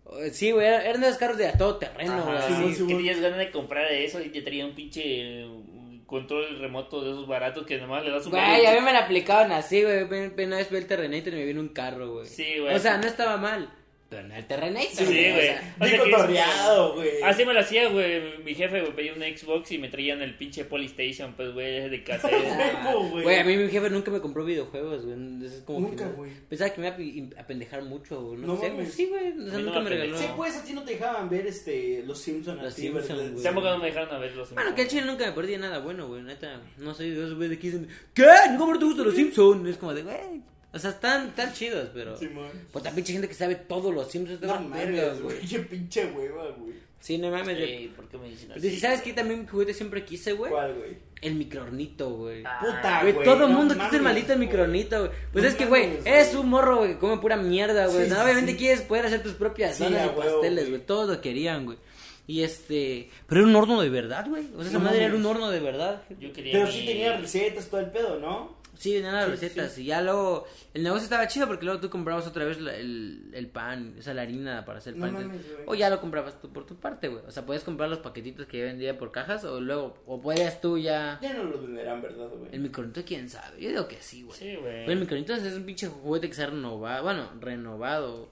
Speaker 1: O- Sí, güey. era- Eran de los carros de a todo terreno, güey.
Speaker 3: Ajá,
Speaker 4: sí,
Speaker 1: así.
Speaker 4: sí,
Speaker 3: que
Speaker 4: güey.
Speaker 3: tenías ganas de comprar eso y te traía un pinche eh, un control remoto de esos baratos que nomás le das un
Speaker 1: Güey, a mí me la aplicaban así, güey. Ven- ven, Una vez vi el Terrenator y me vino un carro, güey.
Speaker 3: Sí, güey.
Speaker 1: O sea, no estaba mal. Pero no era el Terrenator.
Speaker 3: Sí,
Speaker 1: güey. o
Speaker 3: güey.
Speaker 1: sea,
Speaker 3: O sea
Speaker 4: Bien
Speaker 3: que-
Speaker 4: cotorreado, güey.
Speaker 3: Así Ah, me lo hacía, güey. Mi jefe, güey, pedía un Xbox y me traían el pinche Polystation, pues, güey, de casero.
Speaker 1: Ah,
Speaker 4: Huevo, güey.
Speaker 1: Güey, a mí mi jefe nunca me compró videojuegos, güey. entonces es como
Speaker 4: Nunca,
Speaker 1: que no-
Speaker 4: güey.
Speaker 1: Pensaba que me iba a pi- a pendejar mucho, güey. No,
Speaker 4: No
Speaker 1: sé,
Speaker 4: mames.
Speaker 1: güey. Sí, güey. O
Speaker 3: A
Speaker 1: sea,
Speaker 3: mí no
Speaker 1: nunca
Speaker 3: me
Speaker 1: me regaló.
Speaker 4: Sí,
Speaker 3: apendejó.
Speaker 4: pues a ti no te dejaban ver este, los Simpsons.
Speaker 1: Los
Speaker 4: así,
Speaker 1: Simpson,
Speaker 4: ¿verdad?
Speaker 1: güey.
Speaker 3: Se tampoco no me dejaron a ver los
Speaker 1: Bueno, que el
Speaker 3: Simpsons.
Speaker 1: chile nunca me perdí de nada bueno, güey. Neta, no soy de esos güey de que dicen, ¿qué? ¿Cómo no te gustan los Simpsons? Es como de, güey. O sea, están, están chidos, pero.
Speaker 4: Simón.
Speaker 1: Pues la pinche gente que sabe todos los Simpsons.
Speaker 4: No
Speaker 1: No
Speaker 4: mames, güey. Qué pinche hueva, güey.
Speaker 1: Sí, no mames.
Speaker 3: Ey,
Speaker 1: de-
Speaker 3: Eh, ¿por qué me dicen
Speaker 1: Pero
Speaker 4: Pues,
Speaker 3: así?
Speaker 1: si sabes que también juguete siempre quise, güey.
Speaker 4: ¿Cuál, güey?
Speaker 1: El microornito, güey.
Speaker 3: Ah,
Speaker 4: Puta,
Speaker 1: Güey,
Speaker 4: güey.
Speaker 1: todo el
Speaker 4: no
Speaker 1: mundo quiere el
Speaker 4: mames,
Speaker 1: maldito
Speaker 4: güey.
Speaker 1: micronito, güey. Pues
Speaker 4: No
Speaker 1: es que, güey,
Speaker 4: mames,
Speaker 1: eres
Speaker 4: güey.
Speaker 1: un morro, güey, que come pura mierda, güey.
Speaker 4: Sí,
Speaker 1: No,
Speaker 4: sí,
Speaker 1: obviamente
Speaker 4: sí.
Speaker 1: quieres poder hacer tus propias
Speaker 4: Sí,
Speaker 1: donas
Speaker 4: a
Speaker 1: y
Speaker 4: huevo,
Speaker 1: pasteles,
Speaker 4: güey.
Speaker 1: güey. Todo lo querían, güey. Y este. Pero era un horno de verdad, güey. O sea, esa
Speaker 4: No
Speaker 1: madre era
Speaker 4: mames.
Speaker 1: un horno de verdad.
Speaker 3: Yo quería
Speaker 4: Pero
Speaker 3: mi-
Speaker 4: sí tenía recetas, todo el pedo, ¿no?
Speaker 1: Sí, venían las
Speaker 4: Sí,
Speaker 1: recetas. Y ya luego. El negocio estaba chido porque luego tú comprabas otra vez la- el, el pan, o sea, la harina para hacer
Speaker 4: No
Speaker 1: pan.
Speaker 4: mames,
Speaker 1: Entonces,
Speaker 4: güey.
Speaker 1: o ya lo comprabas tú por tu parte, güey. O sea, podías comprar los paquetitos que ya vendía por cajas o luego. O podías tú ya.
Speaker 4: Ya no lo venderán, ¿verdad, güey?
Speaker 1: El micronito, quién sabe. Yo digo que sí, güey.
Speaker 3: Sí,
Speaker 1: Pero el
Speaker 3: güey.
Speaker 1: micronito es un pinche juguete que se ha renovado. Bueno, renovado.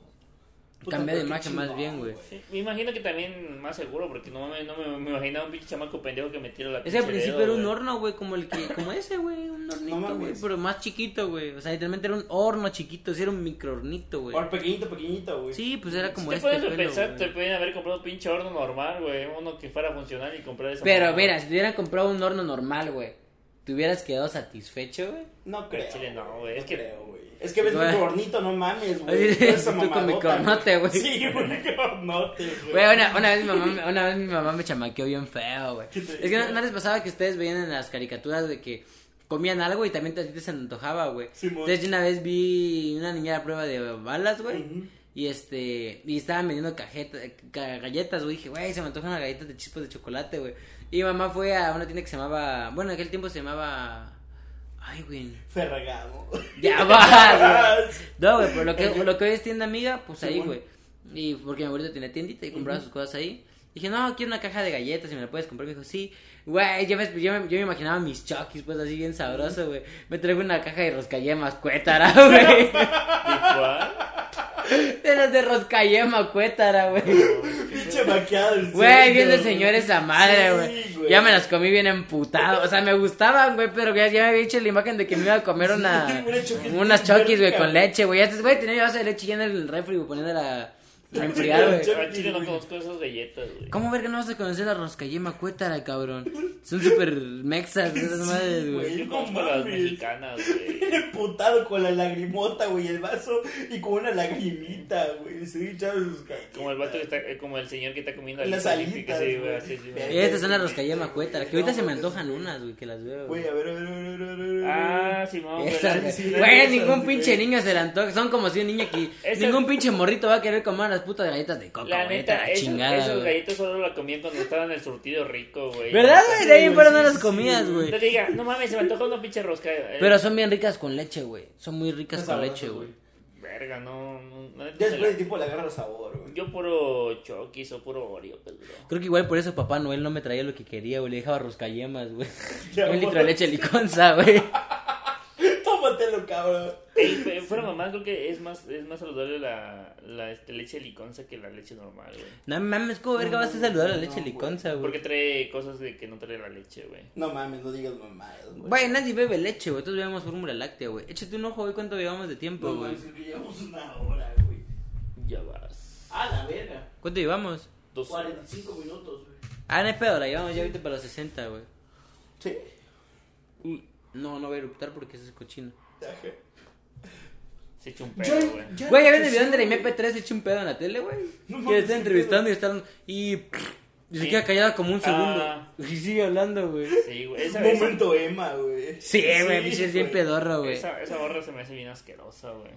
Speaker 4: Puta,
Speaker 1: Cambia de
Speaker 4: pero qué
Speaker 1: imagen más
Speaker 4: chingón,
Speaker 1: bien, güey.
Speaker 3: Sí, Me imagino que también más seguro, porque no, me, no me, me imaginaba un pinche chamaco pendejo que me tira la
Speaker 1: Es que al
Speaker 3: pinche
Speaker 1: principio
Speaker 3: dedo,
Speaker 1: era un
Speaker 3: güey.
Speaker 1: horno, güey, como el que, como ese, güey, un hornito,
Speaker 4: mames.
Speaker 1: güey, pero más chiquito, güey. O sea, literalmente era un horno chiquito, sí era un microhornito, güey.
Speaker 4: Por pequeñito, pequeñito, güey.
Speaker 1: Sí, pues era como
Speaker 3: si te
Speaker 1: este
Speaker 3: puedes
Speaker 1: pelo,
Speaker 3: pensar,
Speaker 1: güey.
Speaker 3: te pueden haber comprado un pinche horno normal, güey. Uno que fuera funcional y comprar esa
Speaker 1: Pero
Speaker 3: mamada.
Speaker 1: mira, si te hubieran comprado un horno normal, güey, ¿te hubieras quedado satisfecho, güey?
Speaker 4: No creo.
Speaker 3: Chile, no, güey, es
Speaker 4: Es
Speaker 3: que-
Speaker 4: que creo, güey. Es que ves
Speaker 1: Güey.
Speaker 4: mi cornito, no mames,
Speaker 1: Oye,
Speaker 4: güey. Tú eres
Speaker 1: tú con mi
Speaker 4: mamadota,
Speaker 1: cornote, güey.
Speaker 4: Sí, un cornote, güey.
Speaker 1: Güey, una, una vez mi mamá, me- una vez mi mamá me chamaqueó bien feo, güey.
Speaker 4: ¿Qué te
Speaker 1: Es que no,
Speaker 4: dijo?
Speaker 1: no les pasaba que ustedes veían en las caricaturas de que comían algo y también a ti te se antojaba, güey.
Speaker 4: Simón.
Speaker 1: Entonces yo una vez vi una niña a prueba de balas, güey.
Speaker 4: Ujú.
Speaker 1: Y este, y estaban vendiendo cajeta- ca- galletas, güey. Dije, güey, se me antojan las galletas de chispas de chocolate, güey. Y mamá fue a una tienda que se llamaba, bueno, en aquel tiempo se llamaba, ay, güey.
Speaker 4: Ferragamo.
Speaker 1: Ya vas, güey. No, güey, pero lo que, lo que hoy es tienda amiga, pues ahí,
Speaker 4: Simón.
Speaker 1: güey. Y porque mi abuelito tenía tiendita y compraba sus cosas ahí. Dije, no, quiero una caja de galletas, si me la puedes comprar. Me dijo, sí. Güey, yo me, yo me, yo me imaginaba mis chokis, pues así bien sabroso, güey. Me traigo una caja de roscayema cuétara, güey.
Speaker 3: ¿Cuál?
Speaker 1: De las de roscayema cuétara, güey.
Speaker 4: Pinche maquiado. el
Speaker 1: Güey, bien de
Speaker 4: cerdo,
Speaker 1: señor
Speaker 4: güey.
Speaker 1: esa madre,
Speaker 4: Sí,
Speaker 1: güey. ya me las comí bien emputado. O sea, me gustaban, güey, pero ya, ya me había hecho la imagen de que me iba a comer una,
Speaker 4: una choquis
Speaker 1: unas
Speaker 4: bien
Speaker 1: choquis, güey,
Speaker 4: verga,
Speaker 1: con leche, güey. Ya este güey tenía yo vaso de leche ya en el refri, güey, poniéndola a enfriar,
Speaker 4: Pero
Speaker 1: güey.
Speaker 4: choquis,
Speaker 3: Ah, chile, no conozco esas galletas, güey.
Speaker 1: ¿Cómo ver que no vas a conocer la roscayema cuétara, cabrón? Son súper mexas esas madres, güey.
Speaker 4: güey.
Speaker 3: Yo
Speaker 4: No
Speaker 3: conozco las
Speaker 4: mames.
Speaker 3: mexicanas, güey.
Speaker 4: Bien emputado con la lagrimota, güey, el vaso y con una lagrimita, güey. Estoy echando sus galletas.
Speaker 3: Como el vato que está, eh, como el señor que está comiendo
Speaker 4: Las
Speaker 3: alitas olímpicas,
Speaker 4: alitas,
Speaker 3: sí, güey,
Speaker 4: güey.
Speaker 3: así, sí,
Speaker 4: Verga.
Speaker 3: güey.
Speaker 1: Estas son las roscayema cuétara, que ahorita
Speaker 4: No,
Speaker 1: se me
Speaker 4: güey,
Speaker 1: antojan
Speaker 4: sí.
Speaker 1: unas, güey, que las veo.
Speaker 4: Güey,
Speaker 1: güey.
Speaker 4: a ver, a ver, a ver, a ver, a ver.
Speaker 3: Ah, Simón, güey.
Speaker 1: Esas,
Speaker 3: las-
Speaker 4: sí,
Speaker 1: güey, Güey,
Speaker 4: esas,
Speaker 1: ningún
Speaker 4: güey.
Speaker 1: pinche niño se le antoja. Son como si un niño que.
Speaker 3: Esas-
Speaker 1: Ningún pinche morrito va a querer comer las putas galletas de coco,
Speaker 3: La
Speaker 1: güey. vete a
Speaker 3: neta,
Speaker 1: la
Speaker 3: esas,
Speaker 1: chingada.
Speaker 3: esas
Speaker 1: güey.
Speaker 3: galletas solo la comían cuando estaban en el surtido rico, güey.
Speaker 1: ¿Verdad, güey? De ahí
Speaker 4: Sí,
Speaker 1: en fuera
Speaker 4: güey,
Speaker 1: no
Speaker 4: sí,
Speaker 1: las
Speaker 4: sí,
Speaker 1: comías, güey.
Speaker 3: No te diga, no mames, se me antoja una pinche rosca. eh,
Speaker 1: Pero son bien ricas con leche, güey. Son muy ricas
Speaker 4: Está
Speaker 1: con
Speaker 4: sabroso,
Speaker 1: leche, güey.
Speaker 3: Verga, no. no, no,
Speaker 4: Ya después
Speaker 3: no
Speaker 4: de tiempo le agarra sabor, güey.
Speaker 3: yo puro choquis o puro oreo, pues, bro.
Speaker 1: Creo que igual por eso Papá Noel no me traía lo que quería, güey. Le dejaba roscayemas, güey.
Speaker 4: Ya,
Speaker 1: Un litro de
Speaker 4: güey.
Speaker 1: leche liconza, güey.
Speaker 4: Tómatelo, cabrón.
Speaker 3: Ey, fe- fuera mamá, creo que es más, es más saludable la, la este, leche liconza que la leche normal, güey.
Speaker 1: No mames, ¿cómo verga vas a saludar la leche
Speaker 4: no, güey.
Speaker 1: liconza,
Speaker 3: Porque
Speaker 1: güey?
Speaker 3: trae cosas de que no trae la leche, güey.
Speaker 4: No mames, no digas mamadas, güey.
Speaker 1: Güey, nadie bebe leche, güey. Todos bebemos fórmula láctea, güey. Échate un ojo, güey, cuánto llevamos de tiempo,
Speaker 3: pues,
Speaker 4: No
Speaker 1: güey.
Speaker 4: mames, creo que llevamos una hora, güey.
Speaker 3: Ya vas.
Speaker 4: A la verga.
Speaker 1: ¿Cuánto llevamos?
Speaker 3: Dos.
Speaker 4: 45 minutos, güey.
Speaker 1: Ah, no es pedo, la llevamos ya ahorita para los 60, güey.
Speaker 4: Sí.
Speaker 1: Uy, no, no voy a eruptar porque eso es cochino.
Speaker 3: Se echa un pedo, güey.
Speaker 1: Güey, ¿ya ven el video donde la MP3 se echa un pedo en la tele, güey?
Speaker 4: No
Speaker 1: que le
Speaker 4: mames,
Speaker 1: están
Speaker 4: qué
Speaker 1: entrevistando y están... Y... y se
Speaker 3: Sí.
Speaker 1: queda callada como un segundo.
Speaker 3: Ah.
Speaker 1: Y sigue hablando, güey.
Speaker 3: Sí, güey. Esa, esa-
Speaker 4: Momento Emma, güey.
Speaker 1: Sí, güey, pinche es bien pedorro, güey.
Speaker 3: Esa, esa barra se me hace bien asquerosa, güey.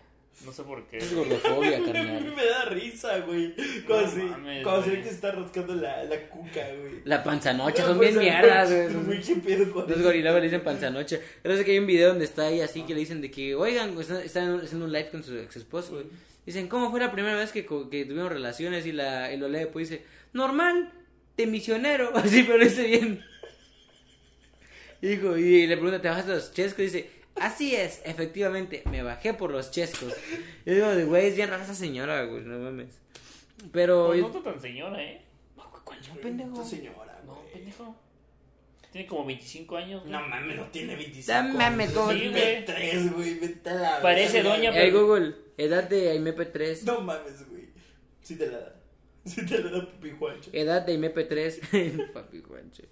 Speaker 3: No sé por qué.
Speaker 1: Es gordofobia, carnal.
Speaker 4: Me da risa, güey. Cuando,
Speaker 3: No
Speaker 4: se,
Speaker 3: mames,
Speaker 4: cuando se ve
Speaker 3: güey.
Speaker 4: que se está rascando la, la cuca, güey.
Speaker 1: La panzanoche,
Speaker 4: No,
Speaker 1: son
Speaker 4: pues,
Speaker 1: bien mierdas,
Speaker 4: Güey,
Speaker 1: güey.
Speaker 4: qué pedo con
Speaker 1: Los
Speaker 4: eso.
Speaker 1: gorilabas le dicen panzanoche. Entonces que hay un video donde está ahí así que le dicen de que, oigan, güey, están- están haciendo un live con su ex esposo, güey. Dicen, ¿cómo fue la primera vez que, co- que tuvieron relaciones? Y la, el Olé después dice, normal, de misionero. Así, pero dice bien. Hijo, y le pregunta, ¿te bajaste los chescos? Y dice, así es, efectivamente, me bajé por los chescos. Y digo, de, güey, es bien rara esa señora, güey, no mames. Pero...
Speaker 3: Pues no está tan señora, ¿eh?
Speaker 1: ¿Cuál no,
Speaker 4: Esta
Speaker 1: pendejo?
Speaker 4: señora,
Speaker 3: No,
Speaker 4: güey.
Speaker 3: pendejo. Tiene como 25 años. güey.
Speaker 4: No mames, no tiene 25.
Speaker 1: No mames,
Speaker 4: güey.
Speaker 1: ¿cómo?
Speaker 3: Sí, güey.
Speaker 4: Tres, güey, vete a la
Speaker 3: Parece
Speaker 4: verga,
Speaker 3: doña,
Speaker 4: güey.
Speaker 1: Hey, Google, edad de IMP3.
Speaker 4: No mames, güey. Sí te la da. Sí te la da Pupi Juancho.
Speaker 1: Edad de IMP3. Papi Juancho.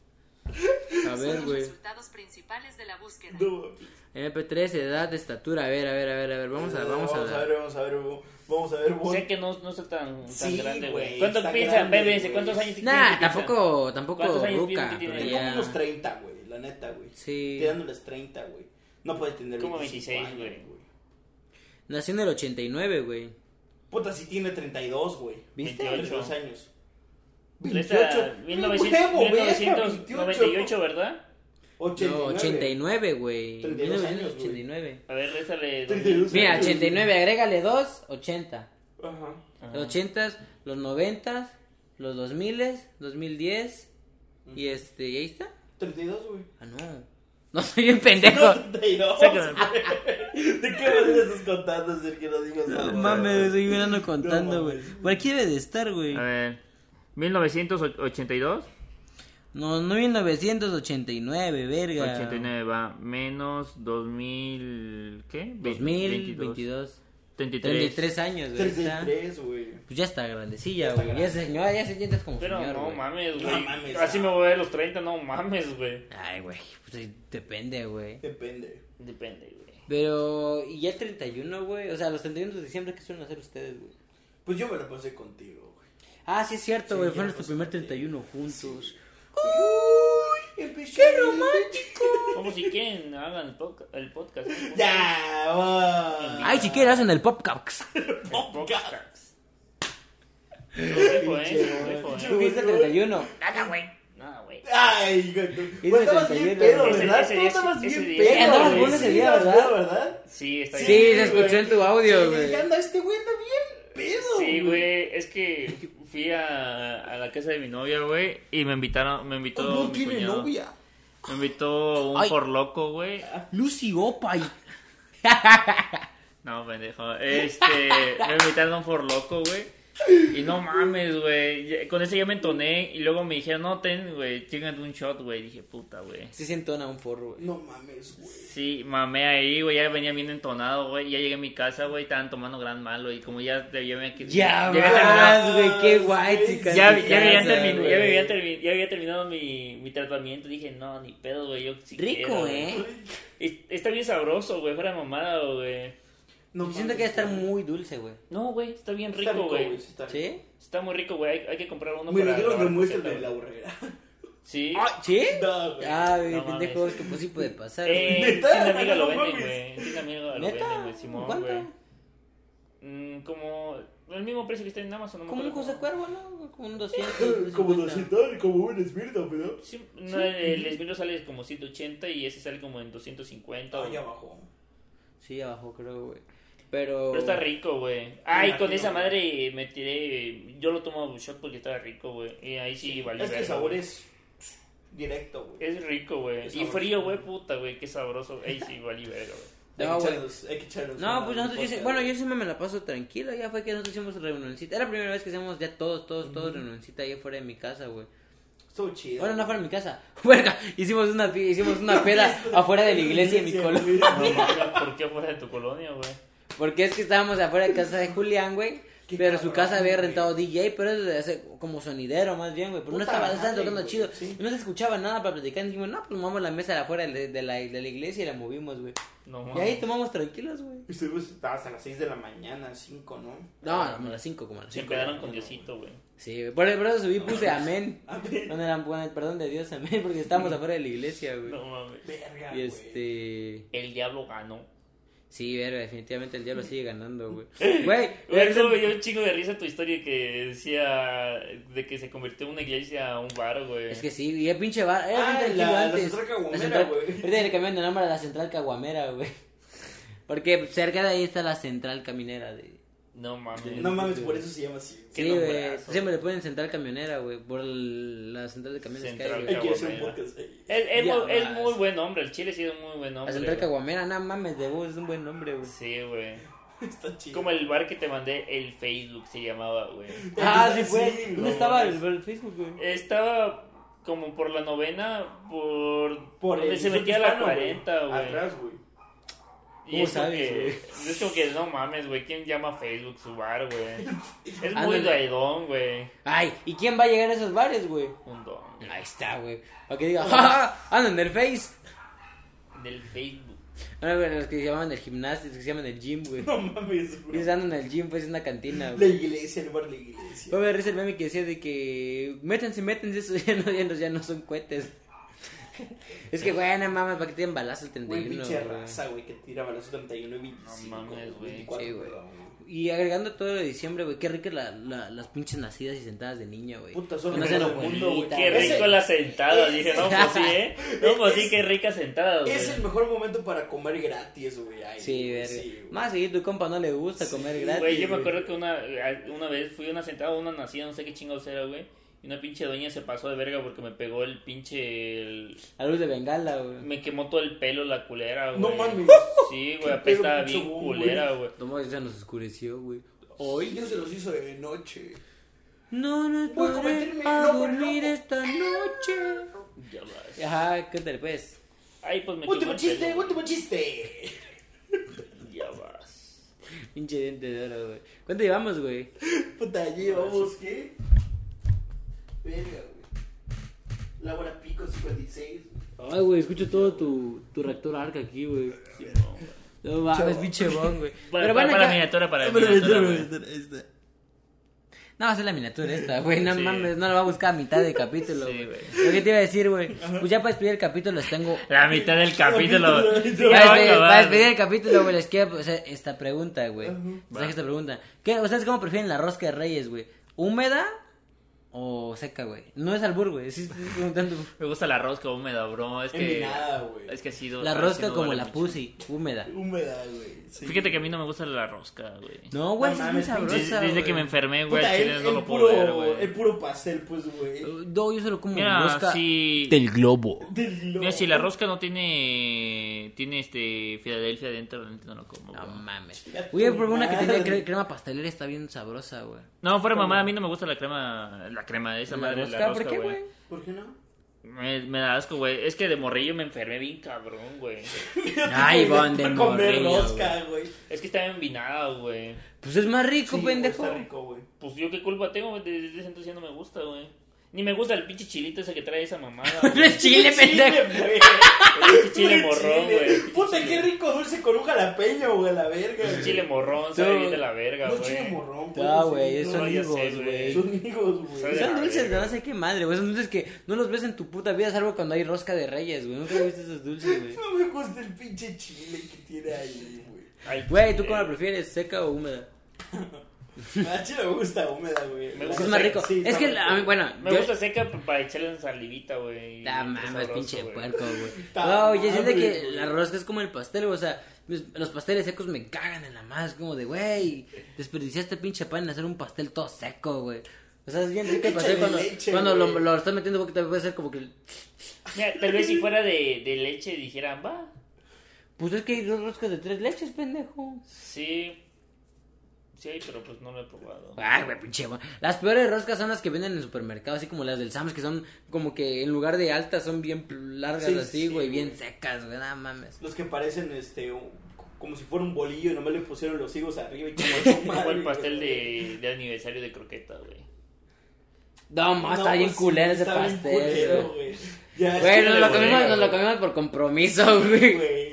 Speaker 1: A ver,
Speaker 5: Son los
Speaker 1: güey.
Speaker 5: resultados principales de la búsqueda.
Speaker 4: No mames.
Speaker 1: IMP3, edad de estatura. A ver, a ver, a ver, a ver. Vamos a, vamos a
Speaker 4: ver,
Speaker 1: ver.
Speaker 4: Eh, vamos a ver, vamos a ver. Vamos a ver,
Speaker 3: O
Speaker 4: güey.
Speaker 3: sea que no, no está tan, tan
Speaker 4: Sí,
Speaker 3: grande,
Speaker 4: güey,
Speaker 3: güey. ¿Cuánto
Speaker 4: está
Speaker 3: piensan,
Speaker 4: grande,
Speaker 3: bebé?
Speaker 4: güey.
Speaker 3: ¿Cuántos años tiene?
Speaker 1: Nah,
Speaker 3: que piensan?
Speaker 1: tampoco, tampoco
Speaker 3: ¿Cuántos años
Speaker 1: ruca.
Speaker 3: tiene que
Speaker 1: pero
Speaker 3: tiene?
Speaker 1: ya.
Speaker 4: Como unos 30, güey, la neta, güey.
Speaker 1: Sí.
Speaker 4: Tirándoles 30, güey. No puede tener
Speaker 3: Como
Speaker 4: 25
Speaker 3: 26,
Speaker 4: años,
Speaker 3: güey.
Speaker 1: Nació en el 89, güey.
Speaker 4: Puta, sí tiene 32, güey.
Speaker 1: ¿Viste? Pues
Speaker 4: 32 años.
Speaker 3: Pero esta- 1900
Speaker 4: Huevo, verga,
Speaker 3: 1998, ¿verdad?
Speaker 4: 89.
Speaker 1: No, 89, güey.
Speaker 4: 32 años, güey.
Speaker 1: 1989.
Speaker 3: A ver, réstale.
Speaker 4: 32.
Speaker 1: Mira, 89, agrégale 2, 80.
Speaker 4: Ajá.
Speaker 1: Los 80, los 90, los 2000, 2010. Y este, ¿y ahí está?
Speaker 4: 32, güey.
Speaker 1: Ah, no. No soy bien pendejo.
Speaker 4: 32.
Speaker 3: Sácalo.
Speaker 4: güey. ¿De qué manera estás contando, Sergio? No digas nada.
Speaker 1: estoy mirando
Speaker 4: contando, güey.
Speaker 1: Por aquí debe de estar, güey.
Speaker 3: A ver. 1982.
Speaker 1: No, no 1989, verga.
Speaker 3: 89 va. Menos 2000. ¿Qué?
Speaker 1: 2022.
Speaker 3: 33.
Speaker 1: 33 años, güey. está.
Speaker 4: 33, güey.
Speaker 1: Pues ya está grandecilla,
Speaker 4: Ya está
Speaker 1: güey. Ya se señora, ya se sientes como
Speaker 3: Pero
Speaker 1: señor,
Speaker 3: no
Speaker 1: güey.
Speaker 3: mames,
Speaker 4: No
Speaker 3: güey.
Speaker 4: mames,
Speaker 3: Así
Speaker 4: ah.
Speaker 3: me voy a ver los 30, no mames, güey.
Speaker 1: Ay, güey, pues ahí depende, güey.
Speaker 4: Depende.
Speaker 3: Depende, güey.
Speaker 1: Pero, ¿y ya el 31, güey? O sea, los 31 de diciembre, ¿qué suelen hacer ustedes, güey?
Speaker 4: Pues yo me la pasé contigo, güey.
Speaker 1: Ah, sí es cierto,
Speaker 4: Sí,
Speaker 1: güey.
Speaker 4: ya
Speaker 1: Fue
Speaker 4: no
Speaker 1: nuestro
Speaker 4: sé.
Speaker 1: primer 31 juntos.
Speaker 4: Uy, Empezó ¡Qué romántico!
Speaker 3: Como si quieren, hagan el, podca- el podcast.
Speaker 4: Ya, va.
Speaker 1: Ay, si quieres, hacen el popcaps.
Speaker 4: oh,
Speaker 3: Podcast. Rico, eh. rico, eh.
Speaker 1: Tú viste el 31.
Speaker 3: Nada, güey. Nada, güey.
Speaker 4: Ay, gato.
Speaker 1: Es
Speaker 4: Tú estabas
Speaker 1: 61,
Speaker 4: bien pedo,
Speaker 3: ese-
Speaker 4: ¿verdad?
Speaker 3: ese
Speaker 4: Tú
Speaker 3: día-
Speaker 4: estabas
Speaker 3: ese
Speaker 4: bien
Speaker 3: día-
Speaker 4: pedo.
Speaker 1: Andabas
Speaker 4: güey.
Speaker 1: bueno ese
Speaker 4: Sí,
Speaker 1: día,
Speaker 4: estabas
Speaker 1: ¿verdad?
Speaker 4: pedo, ¿verdad?
Speaker 3: Sí, está
Speaker 1: Sí,
Speaker 3: bien.
Speaker 1: se escuchó en tu audio,
Speaker 4: Sí,
Speaker 1: güey.
Speaker 4: dije, anda, este güey anda bien pedo.
Speaker 3: Sí, güey, es que fui a, a la casa de mi novia, güey, y me invitaron, me invitó
Speaker 4: No
Speaker 3: mi
Speaker 4: tiene
Speaker 3: cuñado.
Speaker 4: novia.
Speaker 3: Me invitó un
Speaker 1: Ay.
Speaker 3: forloco, güey.
Speaker 1: Lucy Opay.
Speaker 3: No, pendejo. Este, me invitaron a un forloco, güey. Y no mames, güey. Ya- Con ese ya me entoné y luego me dijeron, no, ten, güey, chingan un shot, güey. Dije, puta, güey.
Speaker 1: Sí se entona un forro, güey.
Speaker 4: No mames, güey.
Speaker 3: Sí, mamé ahí, güey, ya venía bien entonado, güey. Ya llegué a mi casa, güey, estaban tomando gran malo y como ya debía me
Speaker 1: Ya
Speaker 3: ya había terminado-
Speaker 1: vas, güey, qué guay,
Speaker 3: ya,
Speaker 1: chicas.
Speaker 3: ya habían terminado, ya, había termi- ya había terminado mi, mi tratamiento, dije, no, ni pedo, güey, yo sí quiero,
Speaker 1: Rico,
Speaker 3: güey.
Speaker 1: eh.
Speaker 3: Es- Está bien sabroso, güey, fuera mamada, güey.
Speaker 1: Yo siento que va a estar muy dulce, güey.
Speaker 3: No, güey, está bien
Speaker 4: Está
Speaker 3: rico, güey.
Speaker 4: sí, está rico.
Speaker 1: ¿Sí?
Speaker 3: Está muy rico, güey, hay, hay que comprar uno
Speaker 4: Me lo
Speaker 3: para
Speaker 4: dieron
Speaker 3: grabar
Speaker 4: de muestra de
Speaker 3: receta,
Speaker 4: la
Speaker 3: güey.
Speaker 4: borrera.
Speaker 3: Sí.
Speaker 4: Ah,
Speaker 1: ¿Sí?
Speaker 4: No, güey.
Speaker 1: Ah, güey,
Speaker 3: No
Speaker 1: pendejo,
Speaker 3: mames.
Speaker 1: es que pues sí puede pasar.
Speaker 3: Eh,
Speaker 4: ¿Neta?
Speaker 3: en tienda amiga lo
Speaker 4: No
Speaker 3: venden,
Speaker 4: mames.
Speaker 3: güey. En tienda amiga lo
Speaker 1: ¿Neta?
Speaker 3: venden, güey, Simón,
Speaker 1: ¿Cuánto?
Speaker 3: güey. Mm, como el mismo precio que está en Amazon, no me
Speaker 1: Como un
Speaker 3: acuerdo
Speaker 1: José
Speaker 3: cómo.
Speaker 1: Cuervo, ¿no? Como un 200.
Speaker 4: Como
Speaker 1: 250.
Speaker 4: 200 y como un espíritu, ¿no?
Speaker 3: Sí, no, el Esmiro sale como 180 y ese sale como en 250. güey.
Speaker 4: Ahí abajo.
Speaker 1: Sí, abajo creo, güey. Pero...
Speaker 3: Pero está rico, güey. Ay, con
Speaker 4: imagino,
Speaker 3: esa
Speaker 4: güey.
Speaker 3: madre me tiré. Yo lo tomo un shot porque estaba rico, güey. Y ahí sí valió.
Speaker 4: Es que el
Speaker 3: verga,
Speaker 4: sabor
Speaker 3: güey.
Speaker 4: es directo,
Speaker 1: Eh,
Speaker 4: güey.
Speaker 3: Es rico, güey.
Speaker 4: Es
Speaker 3: Y
Speaker 4: sabroso.
Speaker 3: frío, güey, puta, güey. Qué sabroso. Ahí sí valió, verga, güey.
Speaker 4: Hay que
Speaker 1: No, güey.
Speaker 4: echarnos- Hay que echarnos.
Speaker 1: No,
Speaker 4: una
Speaker 1: pues nosotros, yo,
Speaker 4: podcast.
Speaker 1: sí- bueno, yo siempre me la paso tranquila, ya fue que nosotros hicimos reunioncita, era la primera vez que hacíamos ya todos, todos, todos reunioncita ahí fuera de mi casa, güey.
Speaker 4: Estuvo chido.
Speaker 1: Bueno, no fuera de mi casa, verga, hicimos una, fi- hicimos una peda afuera de la iglesia de mi colonia,
Speaker 3: No mames, ¿por qué afuera de tu colonia, güey?
Speaker 1: porque es que estábamos afuera de casa de Julián, güey,
Speaker 4: Qué
Speaker 1: pero su
Speaker 4: cabrón,
Speaker 1: casa había
Speaker 4: güey.
Speaker 1: rentado DJ, pero eso de hace como sonidero más bien, güey, pero no
Speaker 4: Puta
Speaker 1: estaba, no estaban
Speaker 4: madre,
Speaker 1: tocando
Speaker 4: güey,
Speaker 1: chido,
Speaker 4: sí.
Speaker 1: y no se escuchaba nada para platicar, dijimos, no, pues movamos la mesa de afuera de, de la, de la iglesia y la movimos, güey,
Speaker 3: No
Speaker 1: y ahí
Speaker 3: mames.
Speaker 1: tomamos tranquilos, güey.
Speaker 4: Estuvimos hasta- hasta las 6 de la mañana, 5, ¿no?
Speaker 1: No, como a las cinco, como a las
Speaker 3: Se
Speaker 1: cinco.
Speaker 3: quedaron con Diosito, güey.
Speaker 1: Sí, güey. por, por eso subí y puse amén.
Speaker 4: Amén.
Speaker 1: Donde eran, bueno, perdón de Dios, amén, porque estábamos afuera de la iglesia, güey.
Speaker 3: No mames.
Speaker 4: Verga,
Speaker 1: y
Speaker 4: güey.
Speaker 1: este.
Speaker 3: El diablo ganó.
Speaker 1: Sí, verga, definitivamente el diablo sigue ganando, güey. Güey,
Speaker 3: Güey,
Speaker 1: verga,
Speaker 3: eso me dio un chingo de risa tu historia que decía de que se convirtió en una iglesia a un bar, güey.
Speaker 1: es que sí, y el pinche bar. Era
Speaker 4: Ah,
Speaker 1: bien tranquilo
Speaker 4: la- la
Speaker 1: antes.
Speaker 4: Central Caguamera, güey.
Speaker 1: Ahorita le cambiaron de nombre a la central caguamera, güey. Porque cerca de ahí está la central caminera. De...
Speaker 3: No mames.
Speaker 4: No mames, por eso se llama así.
Speaker 3: Qué
Speaker 1: Sí, güey.
Speaker 3: nombrazo.
Speaker 1: Siempre le ponen central camionera, güey. Por el- la central de camiones que hay,
Speaker 3: Central
Speaker 1: güey.
Speaker 4: Hay que hacer un
Speaker 3: Caguamera.
Speaker 4: podcast ahí.
Speaker 3: Es, es
Speaker 1: Ya
Speaker 3: muy, es
Speaker 1: vas.
Speaker 3: muy buen hombre, el chile sí es muy buen
Speaker 1: La
Speaker 3: hombre.
Speaker 1: central
Speaker 3: güey.
Speaker 1: caguamera, no mames, de vos, es un buen nombre, güey.
Speaker 3: Sí, güey.
Speaker 4: Está chido.
Speaker 3: Como el bar que te mandé, el Facebook se llamaba, güey.
Speaker 1: Ah, sí,
Speaker 4: Sí,
Speaker 1: fue.
Speaker 4: no
Speaker 1: ¿Dónde estaba
Speaker 4: mames.
Speaker 1: el, el Facebook, güey?
Speaker 3: Estaba como por la novena, por,
Speaker 4: Por
Speaker 3: donde
Speaker 4: el
Speaker 3: se metía la
Speaker 4: Tizano, güey.
Speaker 3: 40, güey.
Speaker 4: Atrás, güey.
Speaker 3: Y
Speaker 1: ¿Cómo
Speaker 3: es como
Speaker 1: sabes,
Speaker 3: que,
Speaker 1: güey?
Speaker 3: es como que no mames, güey, ¿quién llama Facebook su bar, güey? Es muy
Speaker 1: Ándale.
Speaker 3: gaidón, güey.
Speaker 1: Ay, ¿y quién va a llegar a esos bares, güey?
Speaker 3: Un don.
Speaker 1: Ahí está, güey. Para que diga, ¡Ja, ja! ¡Ando en el Face!
Speaker 3: Del Facebook.
Speaker 1: Ahora, Ah, güey, los que se llaman el gimnasio, los que se llaman el gym, güey.
Speaker 4: No mames, güey.
Speaker 1: Dices, ando en el gym, pues es una cantina,
Speaker 4: La
Speaker 1: güey.
Speaker 4: iglesia, el bar de la iglesia.
Speaker 1: Fue a ver ese meme que decía de que métanse, métanse, eso ya no, ya no, ya no son cohetes. es que, güey, no mames, ¿para que tienen balazo el
Speaker 4: Güey,
Speaker 1: 31?
Speaker 4: pinche
Speaker 1: güey?
Speaker 4: raza, güey, que tiraba los 31 y 25.
Speaker 3: No mames, güey.
Speaker 4: 24,
Speaker 1: Sí, güey.
Speaker 4: perdón.
Speaker 1: Y agregando todo lo de diciembre, güey, qué ricas la, la- las pinches nacidas y sentadas de niña, güey.
Speaker 4: Puta, son
Speaker 1: Con
Speaker 4: las
Speaker 1: esa
Speaker 4: mejores del mundo, güey.
Speaker 1: abuelita,
Speaker 3: Qué
Speaker 1: güey.
Speaker 3: rico
Speaker 4: Ese-
Speaker 3: la sentada,
Speaker 4: ese-
Speaker 3: dije, no, pues sí, ¿eh? No, pues sí, qué rica sentada, güey.
Speaker 4: Es el mejor momento para comer gratis, güey. Ay,
Speaker 1: Sí,
Speaker 4: güey,
Speaker 1: verga.
Speaker 4: sí, güey.
Speaker 1: Más seguir tu compa no le gusta comer gratis.
Speaker 3: Güey, yo me
Speaker 1: güey.
Speaker 3: acuerdo que una, una vez fui a una sentada, una nacida, no sé qué chingados era, güey. Y una pinche doña se pasó de verga porque me pegó el pinche. el-
Speaker 1: La luz de bengala,
Speaker 4: Mm.
Speaker 1: güey.
Speaker 3: Me quemó todo el pelo la culera, güey.
Speaker 4: No mames.
Speaker 3: Sí,
Speaker 4: Qué
Speaker 3: güey, apestaba
Speaker 4: pedo, pinche
Speaker 3: bien
Speaker 4: bobo,
Speaker 3: culera, güey.
Speaker 1: Toma, ya nos oscureció, güey.
Speaker 4: Hoy ya se los hizo de noche.
Speaker 1: No nos
Speaker 4: Voy a convertirme
Speaker 1: podré
Speaker 4: en
Speaker 1: a
Speaker 4: lobo,
Speaker 1: dormir
Speaker 4: loco.
Speaker 1: esta noche.
Speaker 3: Ya vas.
Speaker 1: Ajá, cuéntale pues.
Speaker 3: Ay, pues me quemó.
Speaker 4: Último
Speaker 3: el
Speaker 4: chiste,
Speaker 3: pelo, güey.
Speaker 4: último chiste.
Speaker 3: Ya vas.
Speaker 1: Pinche diente de oro, güey. ¿Cuánto llevamos, güey?
Speaker 4: Puta, allí llevamos, ¿qué? Verga, güey. La hora pico 56.
Speaker 1: Ay, güey, escucho todo tu, tu reactor arca aquí, güey.
Speaker 3: Sí, no, güey.
Speaker 1: No mames, pinche bon, güey.
Speaker 4: este,
Speaker 1: este,
Speaker 3: Para, para, para la miniatura, para la miniatura, güey.
Speaker 1: No va a ser la miniatura esta, güey. No
Speaker 3: Sí.
Speaker 1: mames, no la va a buscar a mitad de capítulo,
Speaker 3: Sí,
Speaker 1: güey.
Speaker 3: güey.
Speaker 1: Lo que te iba a decir, güey. Pues ya para despedir el capítulo les tengo.
Speaker 3: La mitad del capítulo.
Speaker 4: Capítulo,
Speaker 3: Ya
Speaker 1: Ya,
Speaker 3: va a
Speaker 1: despedir-
Speaker 3: acabar.
Speaker 1: para despedir el capítulo, güey, les quiero o sea, esta pregunta, güey. Les hago esta pregunta. ¿Qué, ¿Ustedes cómo prefieren la rosca de reyes, güey? ¿Húmeda o seca, güey? No es albur, güey. Sí, estoy preguntando.
Speaker 3: Me gusta la rosca húmeda, bro. Es que.
Speaker 4: Nada, güey.
Speaker 3: Es que ha sido.
Speaker 1: La
Speaker 3: ha
Speaker 1: rosca
Speaker 3: sido
Speaker 1: como
Speaker 3: vale
Speaker 1: la
Speaker 3: mucho.
Speaker 1: pussy, húmeda.
Speaker 4: Húmeda, güey. sí.
Speaker 3: Fíjate que a mí no me gusta la rosca, güey.
Speaker 1: No, güey, esa
Speaker 4: No
Speaker 1: es muy
Speaker 4: mames,
Speaker 1: sabrosa.
Speaker 4: pinche-
Speaker 3: Desde, desde que me
Speaker 1: güey.
Speaker 3: enfermé, güey,
Speaker 4: Puta,
Speaker 3: al
Speaker 4: el,
Speaker 3: chile no
Speaker 4: el
Speaker 3: lo puedo ver,
Speaker 4: puro,
Speaker 3: güey.
Speaker 4: el puro pastel, pues, güey.
Speaker 1: No, yo solo como
Speaker 3: Mira,
Speaker 1: rosca
Speaker 3: si.
Speaker 1: del globo.
Speaker 4: Del
Speaker 3: Mira,
Speaker 4: lobo.
Speaker 3: si la rosca no tiene. Tiene este. Filadelfia dentro, realmente no lo como,
Speaker 1: No
Speaker 3: güey.
Speaker 1: mames.
Speaker 4: Chinga
Speaker 1: Voy a
Speaker 4: tu
Speaker 1: probar una que tiene
Speaker 4: madre.
Speaker 1: cre- crema pastelera, está bien sabrosa, güey.
Speaker 3: No, fuera mamá, a mí no me gusta la crema. La crema de esa
Speaker 1: ¿La
Speaker 3: madre.
Speaker 1: rosca?
Speaker 3: la
Speaker 1: ¿Por
Speaker 3: rosca,
Speaker 1: qué, güey?
Speaker 4: ¿Por qué no?
Speaker 3: Me, me da asco, güey. Es que de morrillo me enfermé bien cabrón, güey.
Speaker 1: Ay, van de
Speaker 4: Para comer
Speaker 1: morrillo,
Speaker 4: rosca, güey.
Speaker 3: Es que estaba envinado, güey.
Speaker 1: Pues es más rico,
Speaker 4: Sí,
Speaker 1: pendejo.
Speaker 4: Está rico, güey.
Speaker 3: Pues yo qué culpa tengo, güey. Desde ese entonces ya no me gusta, güey. Ni me gusta el pinche chilito ese que trae esa mamada.
Speaker 1: No
Speaker 3: güey.
Speaker 1: es chile, pendejo.
Speaker 4: güey.
Speaker 3: El pinche chile
Speaker 4: Puro
Speaker 3: morrón,
Speaker 4: chile.
Speaker 3: güey. El
Speaker 4: Puta,
Speaker 3: pinche
Speaker 4: qué
Speaker 3: chile-
Speaker 4: rico dulce con un jalapeño, güey, a la verga.
Speaker 3: el
Speaker 4: güey.
Speaker 3: Chile morrón, sabe bien de la verga,
Speaker 4: No,
Speaker 3: güey.
Speaker 4: chile morrón,
Speaker 1: Ah, güey,
Speaker 4: sí,
Speaker 1: son
Speaker 3: ya sé,
Speaker 1: higos,
Speaker 3: güey.
Speaker 1: güey.
Speaker 4: Son higos, güey.
Speaker 3: Sabe-
Speaker 1: Pues Son
Speaker 3: la
Speaker 1: dulces,
Speaker 3: verga.
Speaker 1: no sé qué madre, güey. Son dulces que no los ves en tu puta vida, salvo cuando hay rosca de reyes, güey. Nunca viste esos dulces, güey.
Speaker 4: No me gusta el pinche chile que tiene ahí, güey.
Speaker 3: Ay,
Speaker 1: Güey, ¿tú
Speaker 3: chile.
Speaker 1: cómo la prefieres? ¿Seca o húmeda?
Speaker 4: A chile me gusta húmeda, güey.
Speaker 3: Me
Speaker 4: La
Speaker 1: Es
Speaker 3: gusta
Speaker 4: neta,
Speaker 1: más rico.
Speaker 4: sí,
Speaker 1: es
Speaker 4: está
Speaker 1: que,
Speaker 4: rico.
Speaker 1: la- a mí, bueno,
Speaker 3: Me
Speaker 1: yo-
Speaker 3: gusta seca p- para echarle en salivita, güey.
Speaker 1: Ah,
Speaker 3: Bien
Speaker 1: mames,
Speaker 3: sabroso,
Speaker 1: pinche
Speaker 3: güey.
Speaker 1: puerco, güey.
Speaker 4: Ta
Speaker 1: No, yo siento
Speaker 4: madre,
Speaker 1: que
Speaker 4: güey.
Speaker 1: la rosca es como el pastel, güey. O sea, mis- los pasteles secos me cagan en la madre. Es como de, güey, desperdiciaste pinche pan en hacer un pastel todo seco, güey. O sea, es bien rico el pastel
Speaker 4: Échale
Speaker 1: cuando,
Speaker 4: leche,
Speaker 1: cuando lo,
Speaker 4: güey.
Speaker 1: lo estás metiendo porque te puede ser como que.
Speaker 3: Mira, tal vez si fuera de, de leche dijeran, va.
Speaker 1: Pues es que hay dos roscas de tres leches, pendejo.
Speaker 3: Sí. Sí, hay, pero pues no lo he probado.
Speaker 1: Ay, güey, pinche. güey. Las peores roscas son las que venden en el supermercado, así como las del Sams, que son como que en lugar de altas son bien pl- largas,
Speaker 4: Sí,
Speaker 1: así,
Speaker 4: sí,
Speaker 1: güey, bien
Speaker 4: güey.
Speaker 1: secas, güey, nada mames.
Speaker 4: Los que parecen, este, un- como si fuera un bolillo, nomás le pusieron los higos arriba y como
Speaker 3: Como el pastel de, de aniversario de croqueta, güey.
Speaker 1: No, ma, está bien culero ese pastel. güey.
Speaker 4: Ya,
Speaker 1: Güey,
Speaker 4: es
Speaker 1: nos
Speaker 4: que
Speaker 1: lo
Speaker 4: le-
Speaker 1: comimos,
Speaker 3: bodega,
Speaker 1: nos lo
Speaker 3: güey.
Speaker 1: comimos por compromiso, güey.
Speaker 4: güey.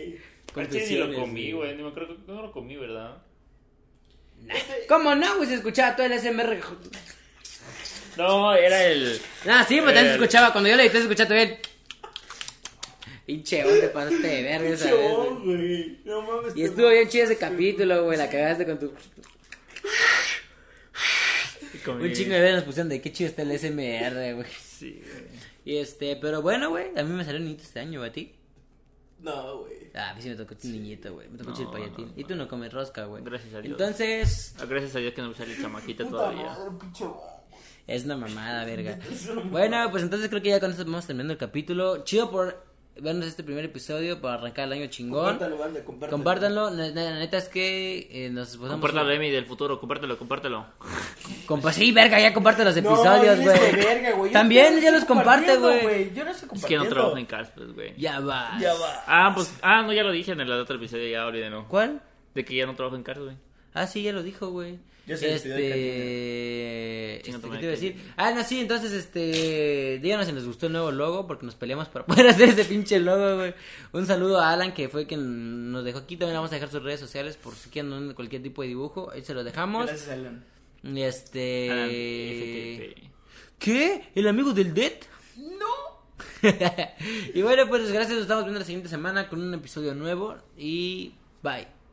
Speaker 3: Al chile ni lo comí, güey. No me creo que no lo comí, ¿verdad?
Speaker 4: Este-
Speaker 1: ¿Cómo no, güey? Se escuchaba todo el SMR.
Speaker 3: No, era el.
Speaker 1: Nah, sí, pues también se
Speaker 3: El-
Speaker 1: escuchaba. Cuando yo le edité, se escuchaba también. Pinche, güey, te pasaste de verga esa vez,
Speaker 4: Chon,
Speaker 1: güey.
Speaker 4: güey. No mames.
Speaker 1: Y
Speaker 4: te
Speaker 1: estuvo bien
Speaker 4: mames.
Speaker 1: chido ese capítulo, güey. La cagaste con tu.
Speaker 3: comí-
Speaker 1: Un chingo de veces nos pusieron de qué chido está el SMR, güey.
Speaker 3: Sí, güey.
Speaker 1: Y este, pero bueno, güey. A mí me salió un niñito este año, güey, ¿a ti?
Speaker 4: No, güey.
Speaker 1: Ah, a mí sí me tocó un niñito, güey. Me tocó
Speaker 3: No,
Speaker 1: chilpayatín.
Speaker 3: no,
Speaker 1: Y tú no comes rosca, güey.
Speaker 3: Gracias a Dios.
Speaker 1: Entonces,
Speaker 3: Ah, Gracias a Dios que no me sale chamaquita
Speaker 4: Puta
Speaker 3: todavía.
Speaker 4: madre, pinche.
Speaker 1: Es una mamada, verga. Bueno, pues entonces creo que ya con esto vamos terminando el capítulo. Chido por vernos este primer episodio para arrancar el año chingón.
Speaker 4: Compártanlo, banda, compártanlo.
Speaker 1: Compártanlo. La, la- la neta es que eh, nos esforzamos.
Speaker 3: Compártalo, Emi, del futuro. Compártelo, compártelo.
Speaker 1: Compa- sí, verga, ya comparte los
Speaker 4: No,
Speaker 1: episodios,
Speaker 4: diles de
Speaker 1: güey.
Speaker 4: verga, güey. Yo
Speaker 1: También
Speaker 4: estoy
Speaker 1: ya los comparte,
Speaker 4: compartiendo,
Speaker 1: güey.
Speaker 4: Yo no estoy
Speaker 3: Es que ya
Speaker 4: compartiendo.
Speaker 3: no trabajo en Carspers, güey.
Speaker 1: Ya va.
Speaker 4: Ya va.
Speaker 3: Ah, pues. Ah, no, ya lo dije en el otro episodio, ya olvídenlo.
Speaker 1: ¿Cuál?
Speaker 3: De que ya no trabajo en Carspers, güey.
Speaker 1: Ah, sí, ya lo dijo, güey.
Speaker 4: Ya se
Speaker 1: este...
Speaker 4: despidió de
Speaker 1: este,
Speaker 3: Chinga
Speaker 1: ¿Qué
Speaker 3: tu
Speaker 1: te
Speaker 3: madre,
Speaker 1: iba a decir?
Speaker 3: Kevin.
Speaker 1: Ah, no, sí, entonces, este... Díganos si les gustó el nuevo logo, porque nos peleamos para poder hacer ese pinche logo, güey. Un saludo a Alan, que fue quien nos dejó aquí. También vamos a dejar sus redes sociales por si quieren cualquier tipo de dibujo. Ahí se lo dejamos.
Speaker 4: Gracias, Alan.
Speaker 1: Y Este...
Speaker 3: Ah, FTP.
Speaker 1: ¿Qué? ¿El amigo del Dead? No. y bueno, pues gracias. Nos estamos viendo la siguiente semana con un episodio nuevo. Y bye.